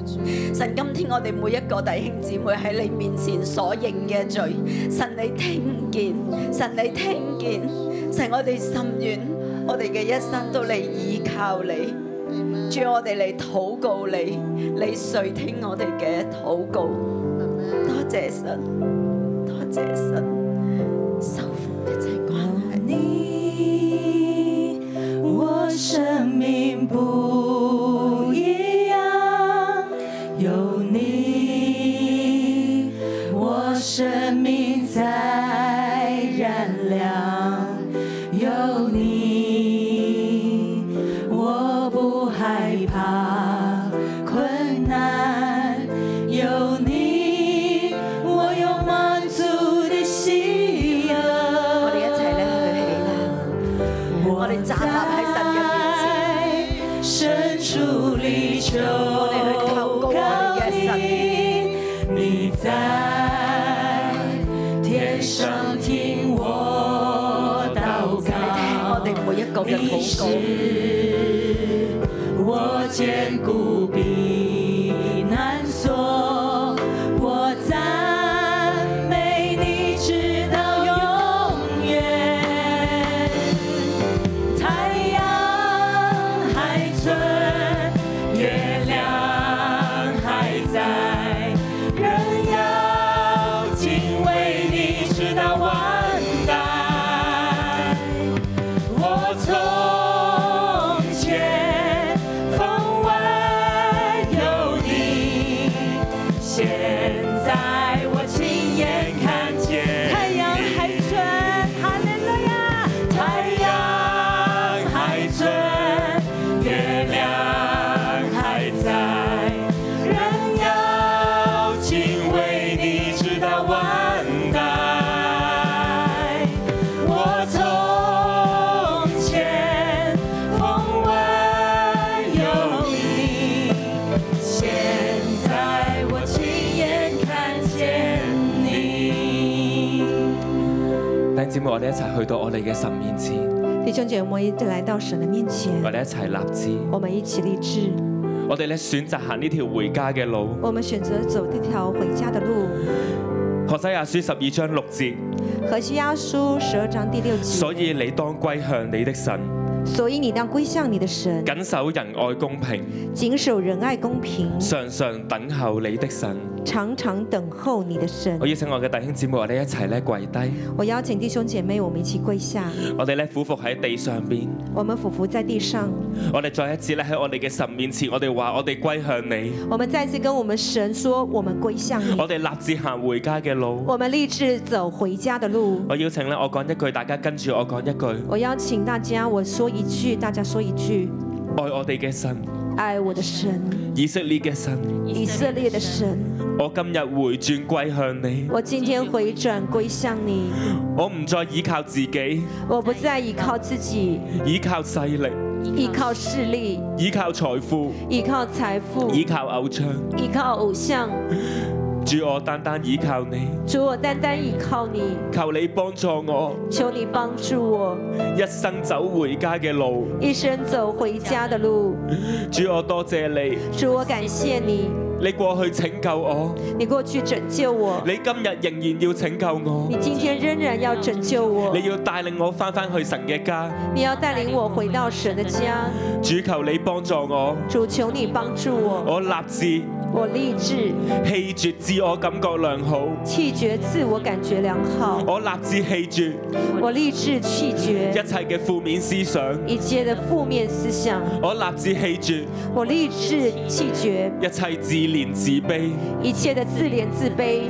[SPEAKER 8] 神今天我哋每一個弟兄姊妹喺你面前所認嘅罪，神你聽見，神你聽見，神我哋心願，我哋嘅一生都嚟依靠你。主，我哋嚟禱告你，你垂聽我哋嘅禱告。多謝神，多謝神，修復一切關係。
[SPEAKER 5] 你，我生命不一样，有你，我生命才燃亮。有你，我不害怕困难。有你，我有满足的喜乐。
[SPEAKER 8] 我哋一齊咧去起啦，我哋站立喺神嘅面前。
[SPEAKER 5] 在深处里求告你，你在天上听我祷
[SPEAKER 8] 你聽我
[SPEAKER 5] 告
[SPEAKER 8] 哋。每一個嘅
[SPEAKER 5] 你
[SPEAKER 8] 禱
[SPEAKER 5] 是
[SPEAKER 8] 告，
[SPEAKER 5] 我坚固避难所，我赞美你直到永远。太阳还存，月亮还在，人要敬畏你直到万代。我从前风闻有你，现在我亲眼看见太阳还存，哈利路亚！太阳还存，月亮还在，人要敬畏你直到万代。我从前风闻有你，现在我亲眼看见你。
[SPEAKER 2] 弟兄姊妹，我哋一齊去到我哋嘅神面前，
[SPEAKER 3] 弟兄姐妹，我们一起来到神的面前，
[SPEAKER 2] 我哋一齊立志，
[SPEAKER 3] 我们一起立志，
[SPEAKER 2] 我哋咧選擇行呢條回家嘅路。
[SPEAKER 3] 我们选择走这条回家的路。
[SPEAKER 2] 何西亞書十二章六節，
[SPEAKER 3] 何西阿书十二章第六节，
[SPEAKER 2] 所以你當歸向你的神，
[SPEAKER 3] 所以你当归向你的神，
[SPEAKER 2] 緊守仁愛公平，
[SPEAKER 3] 谨守仁爱公平，
[SPEAKER 2] 常常等候你的神。
[SPEAKER 3] 常常等候你的神
[SPEAKER 2] 我。邀請我嘅弟兄姊妹，我哋一齊咧跪低，
[SPEAKER 3] 我邀请弟兄姐妹，我们一起跪下，
[SPEAKER 2] 我哋咧俯伏喺地上邊，
[SPEAKER 3] 我们俯伏在地上，
[SPEAKER 2] 我哋再一次咧喺我哋嘅神面前，我哋話我哋歸向你，
[SPEAKER 3] 我们再次跟我们神说，我们归向你，
[SPEAKER 2] 我哋立志行回家嘅路。
[SPEAKER 3] 我们立志走回家的路。
[SPEAKER 2] 我邀請咧，我講一句，大家跟住我講一句，
[SPEAKER 3] 我邀请大家，我说一句，大家说一句，
[SPEAKER 2] 愛我哋嘅神，
[SPEAKER 3] 爱我的神，
[SPEAKER 2] 以色列嘅神，
[SPEAKER 3] 以色列的神，
[SPEAKER 2] 我今日回轉歸向你，
[SPEAKER 3] 我今天回转归向你，
[SPEAKER 2] 我唔再依靠自己，
[SPEAKER 3] 我不再依靠自己，
[SPEAKER 2] 依靠勢力，
[SPEAKER 3] 依靠势力，
[SPEAKER 2] 依靠財富，
[SPEAKER 3] 依靠财富，
[SPEAKER 2] 依靠偶像。
[SPEAKER 3] 依靠偶像，
[SPEAKER 2] 主我單單倚靠你，
[SPEAKER 11] 主，我单单依靠你，
[SPEAKER 2] 求你幫助我
[SPEAKER 11] 求你帮助我
[SPEAKER 2] 一生走回家嘅路。
[SPEAKER 11] 一生走回家的路。
[SPEAKER 2] 主我多謝你，
[SPEAKER 11] 主，我感谢你，
[SPEAKER 2] 你過去拯救我，
[SPEAKER 11] 你过去拯救我，
[SPEAKER 2] 你今日仍然要拯救我
[SPEAKER 11] 你，今天仍然要拯救我
[SPEAKER 2] 你，要帶領我翻返去神嘅家。
[SPEAKER 11] 你要带领我回到神的家。
[SPEAKER 2] 主求你幫助我，
[SPEAKER 11] 主，求你帮助我，
[SPEAKER 2] 我立志
[SPEAKER 11] 我立志
[SPEAKER 2] 棄絕自我感覺良好，
[SPEAKER 11] 弃绝自我感觉良好，
[SPEAKER 2] 我立志棄絕
[SPEAKER 11] 我立志弃绝
[SPEAKER 2] 一切嘅負面思想，
[SPEAKER 11] 一切的负面思想，
[SPEAKER 2] 我立志棄絕
[SPEAKER 11] 我立志弃绝
[SPEAKER 2] 一切自憐自卑。
[SPEAKER 11] 一切的自怜自卑。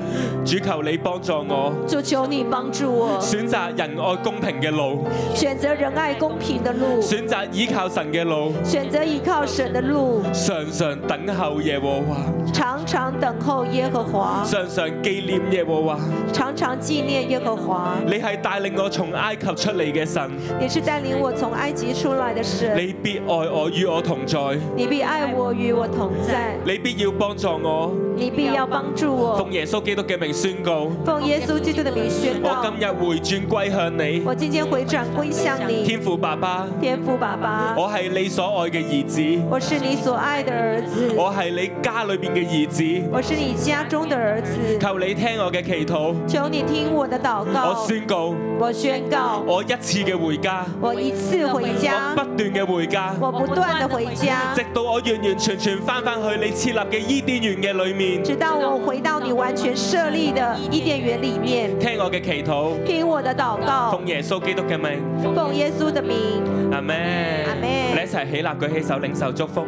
[SPEAKER 2] 主求你幫助我，
[SPEAKER 11] 主，求你帮助我，
[SPEAKER 2] 選擇仁愛公平嘅路，
[SPEAKER 11] 选择仁爱公平的路，
[SPEAKER 2] 選擇倚靠神嘅路，
[SPEAKER 11] 选择依靠神的路，
[SPEAKER 2] 常常等候耶和華，
[SPEAKER 11] 常常等候耶和华，
[SPEAKER 2] 常常紀念耶和華。
[SPEAKER 11] 常常纪念耶和华。
[SPEAKER 2] 你係帶領我從埃及出嚟嘅神，
[SPEAKER 11] 你是带领我从埃及出来的神，
[SPEAKER 2] 你必愛我與我同在，
[SPEAKER 11] 你必爱我与我同在，
[SPEAKER 2] 你必要幫助我。
[SPEAKER 11] 你必要帮助我
[SPEAKER 2] 奉。耶穌基督嘅名宣告，
[SPEAKER 11] 奉耶稣基督的名宣
[SPEAKER 2] 我
[SPEAKER 5] Ờ.
[SPEAKER 11] 告
[SPEAKER 2] 今，日回轉歸向你，
[SPEAKER 11] 我今天回转归向你，
[SPEAKER 2] 天父爸爸，
[SPEAKER 11] 天父爸爸，
[SPEAKER 2] 我係你所愛嘅兒子，
[SPEAKER 11] 我是你所爱的儿子，
[SPEAKER 2] 我係你家裏边嘅兒子。
[SPEAKER 11] 我是你家中的儿子。
[SPEAKER 2] 求你聽我嘅祈禱，
[SPEAKER 11] 求你听我的祷
[SPEAKER 2] 我
[SPEAKER 5] Ờ.
[SPEAKER 11] 告，
[SPEAKER 2] 宣告。
[SPEAKER 11] 我宣告，
[SPEAKER 2] 我一次嘅回家，
[SPEAKER 11] 我一次回
[SPEAKER 2] 我
[SPEAKER 11] 家
[SPEAKER 2] 不，斷嘅回家，
[SPEAKER 5] Ờ.
[SPEAKER 11] 我不断的回家
[SPEAKER 2] 直，到我完完全全翻返去你設立嘅伊甸園嘅裏面。
[SPEAKER 11] 直到我回到你完全设立的伊甸园里面。
[SPEAKER 2] 聽我嘅祈禱，
[SPEAKER 11] 听我的祷
[SPEAKER 3] Ờ.
[SPEAKER 11] 告
[SPEAKER 2] 奉，耶穌基督嘅名，
[SPEAKER 11] 奉耶稣的名，
[SPEAKER 2] 阿咩？阿
[SPEAKER 11] 們
[SPEAKER 2] 你一齊起立舉起手領受祝福。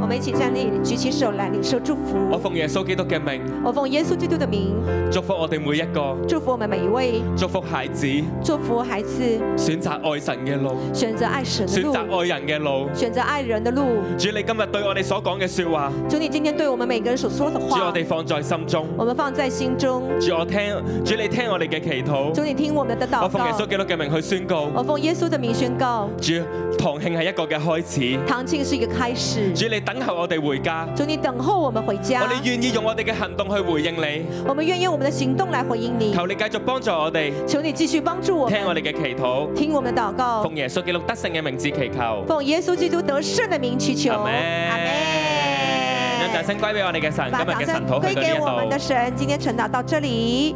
[SPEAKER 11] 我们一起站立，举起手来领受祝
[SPEAKER 2] 我
[SPEAKER 11] 福。
[SPEAKER 2] 奉耶穌基督嘅名，
[SPEAKER 11] 我奉耶稣基督的名，
[SPEAKER 2] 祝福我哋每一個，
[SPEAKER 11] 祝福我们每一位，
[SPEAKER 2] 祝福孩子
[SPEAKER 11] 祝福孩子
[SPEAKER 2] 選擇愛神嘅路，
[SPEAKER 11] 选择爱神的
[SPEAKER 2] 選
[SPEAKER 11] 路，
[SPEAKER 2] 擇愛人嘅路。
[SPEAKER 11] 选择爱人的路。
[SPEAKER 2] 主你今日對我哋所講嘅说話，
[SPEAKER 11] 主，你今天对我们每个人所说的
[SPEAKER 2] 主我
[SPEAKER 11] 话，
[SPEAKER 2] 哋放在心中。
[SPEAKER 11] 我们放在心中。
[SPEAKER 2] 主我聽，主你聽我哋嘅祈
[SPEAKER 11] 主，
[SPEAKER 2] 禱。
[SPEAKER 11] 你听我们的
[SPEAKER 2] 我
[SPEAKER 11] 祷
[SPEAKER 2] 奉耶穌
[SPEAKER 11] 告。
[SPEAKER 2] 基督嘅名去宣告。
[SPEAKER 11] 我奉耶稣的名宣告，
[SPEAKER 2] 主，堂慶係一個嘅開始。
[SPEAKER 11] 堂庆是一个开始。
[SPEAKER 2] 主，你等候我哋回家，
[SPEAKER 11] 主，你等候我们回家
[SPEAKER 2] 我。哋願意用我哋嘅行動去回應你。
[SPEAKER 11] 我们愿意用我们的行动来回应你。
[SPEAKER 2] 求你繼續幫助我哋，
[SPEAKER 11] 求你继续帮助我
[SPEAKER 2] 聽我
[SPEAKER 11] 们，
[SPEAKER 2] 哋嘅祈禱，
[SPEAKER 11] 听我们的祷告。
[SPEAKER 2] 奉耶穌基督得勝嘅名字祈求。
[SPEAKER 11] 奉耶穌基督得胜的名祈求。
[SPEAKER 2] 阿門將掌聲歸俾我哋嘅神，今
[SPEAKER 11] 把掌
[SPEAKER 2] 日嘅
[SPEAKER 11] 聲
[SPEAKER 2] 神討
[SPEAKER 11] 歸
[SPEAKER 2] 去
[SPEAKER 11] 給我
[SPEAKER 2] 到
[SPEAKER 11] 們
[SPEAKER 2] 呢
[SPEAKER 11] 的
[SPEAKER 2] 一度。
[SPEAKER 11] 神。今天晨祷到这里。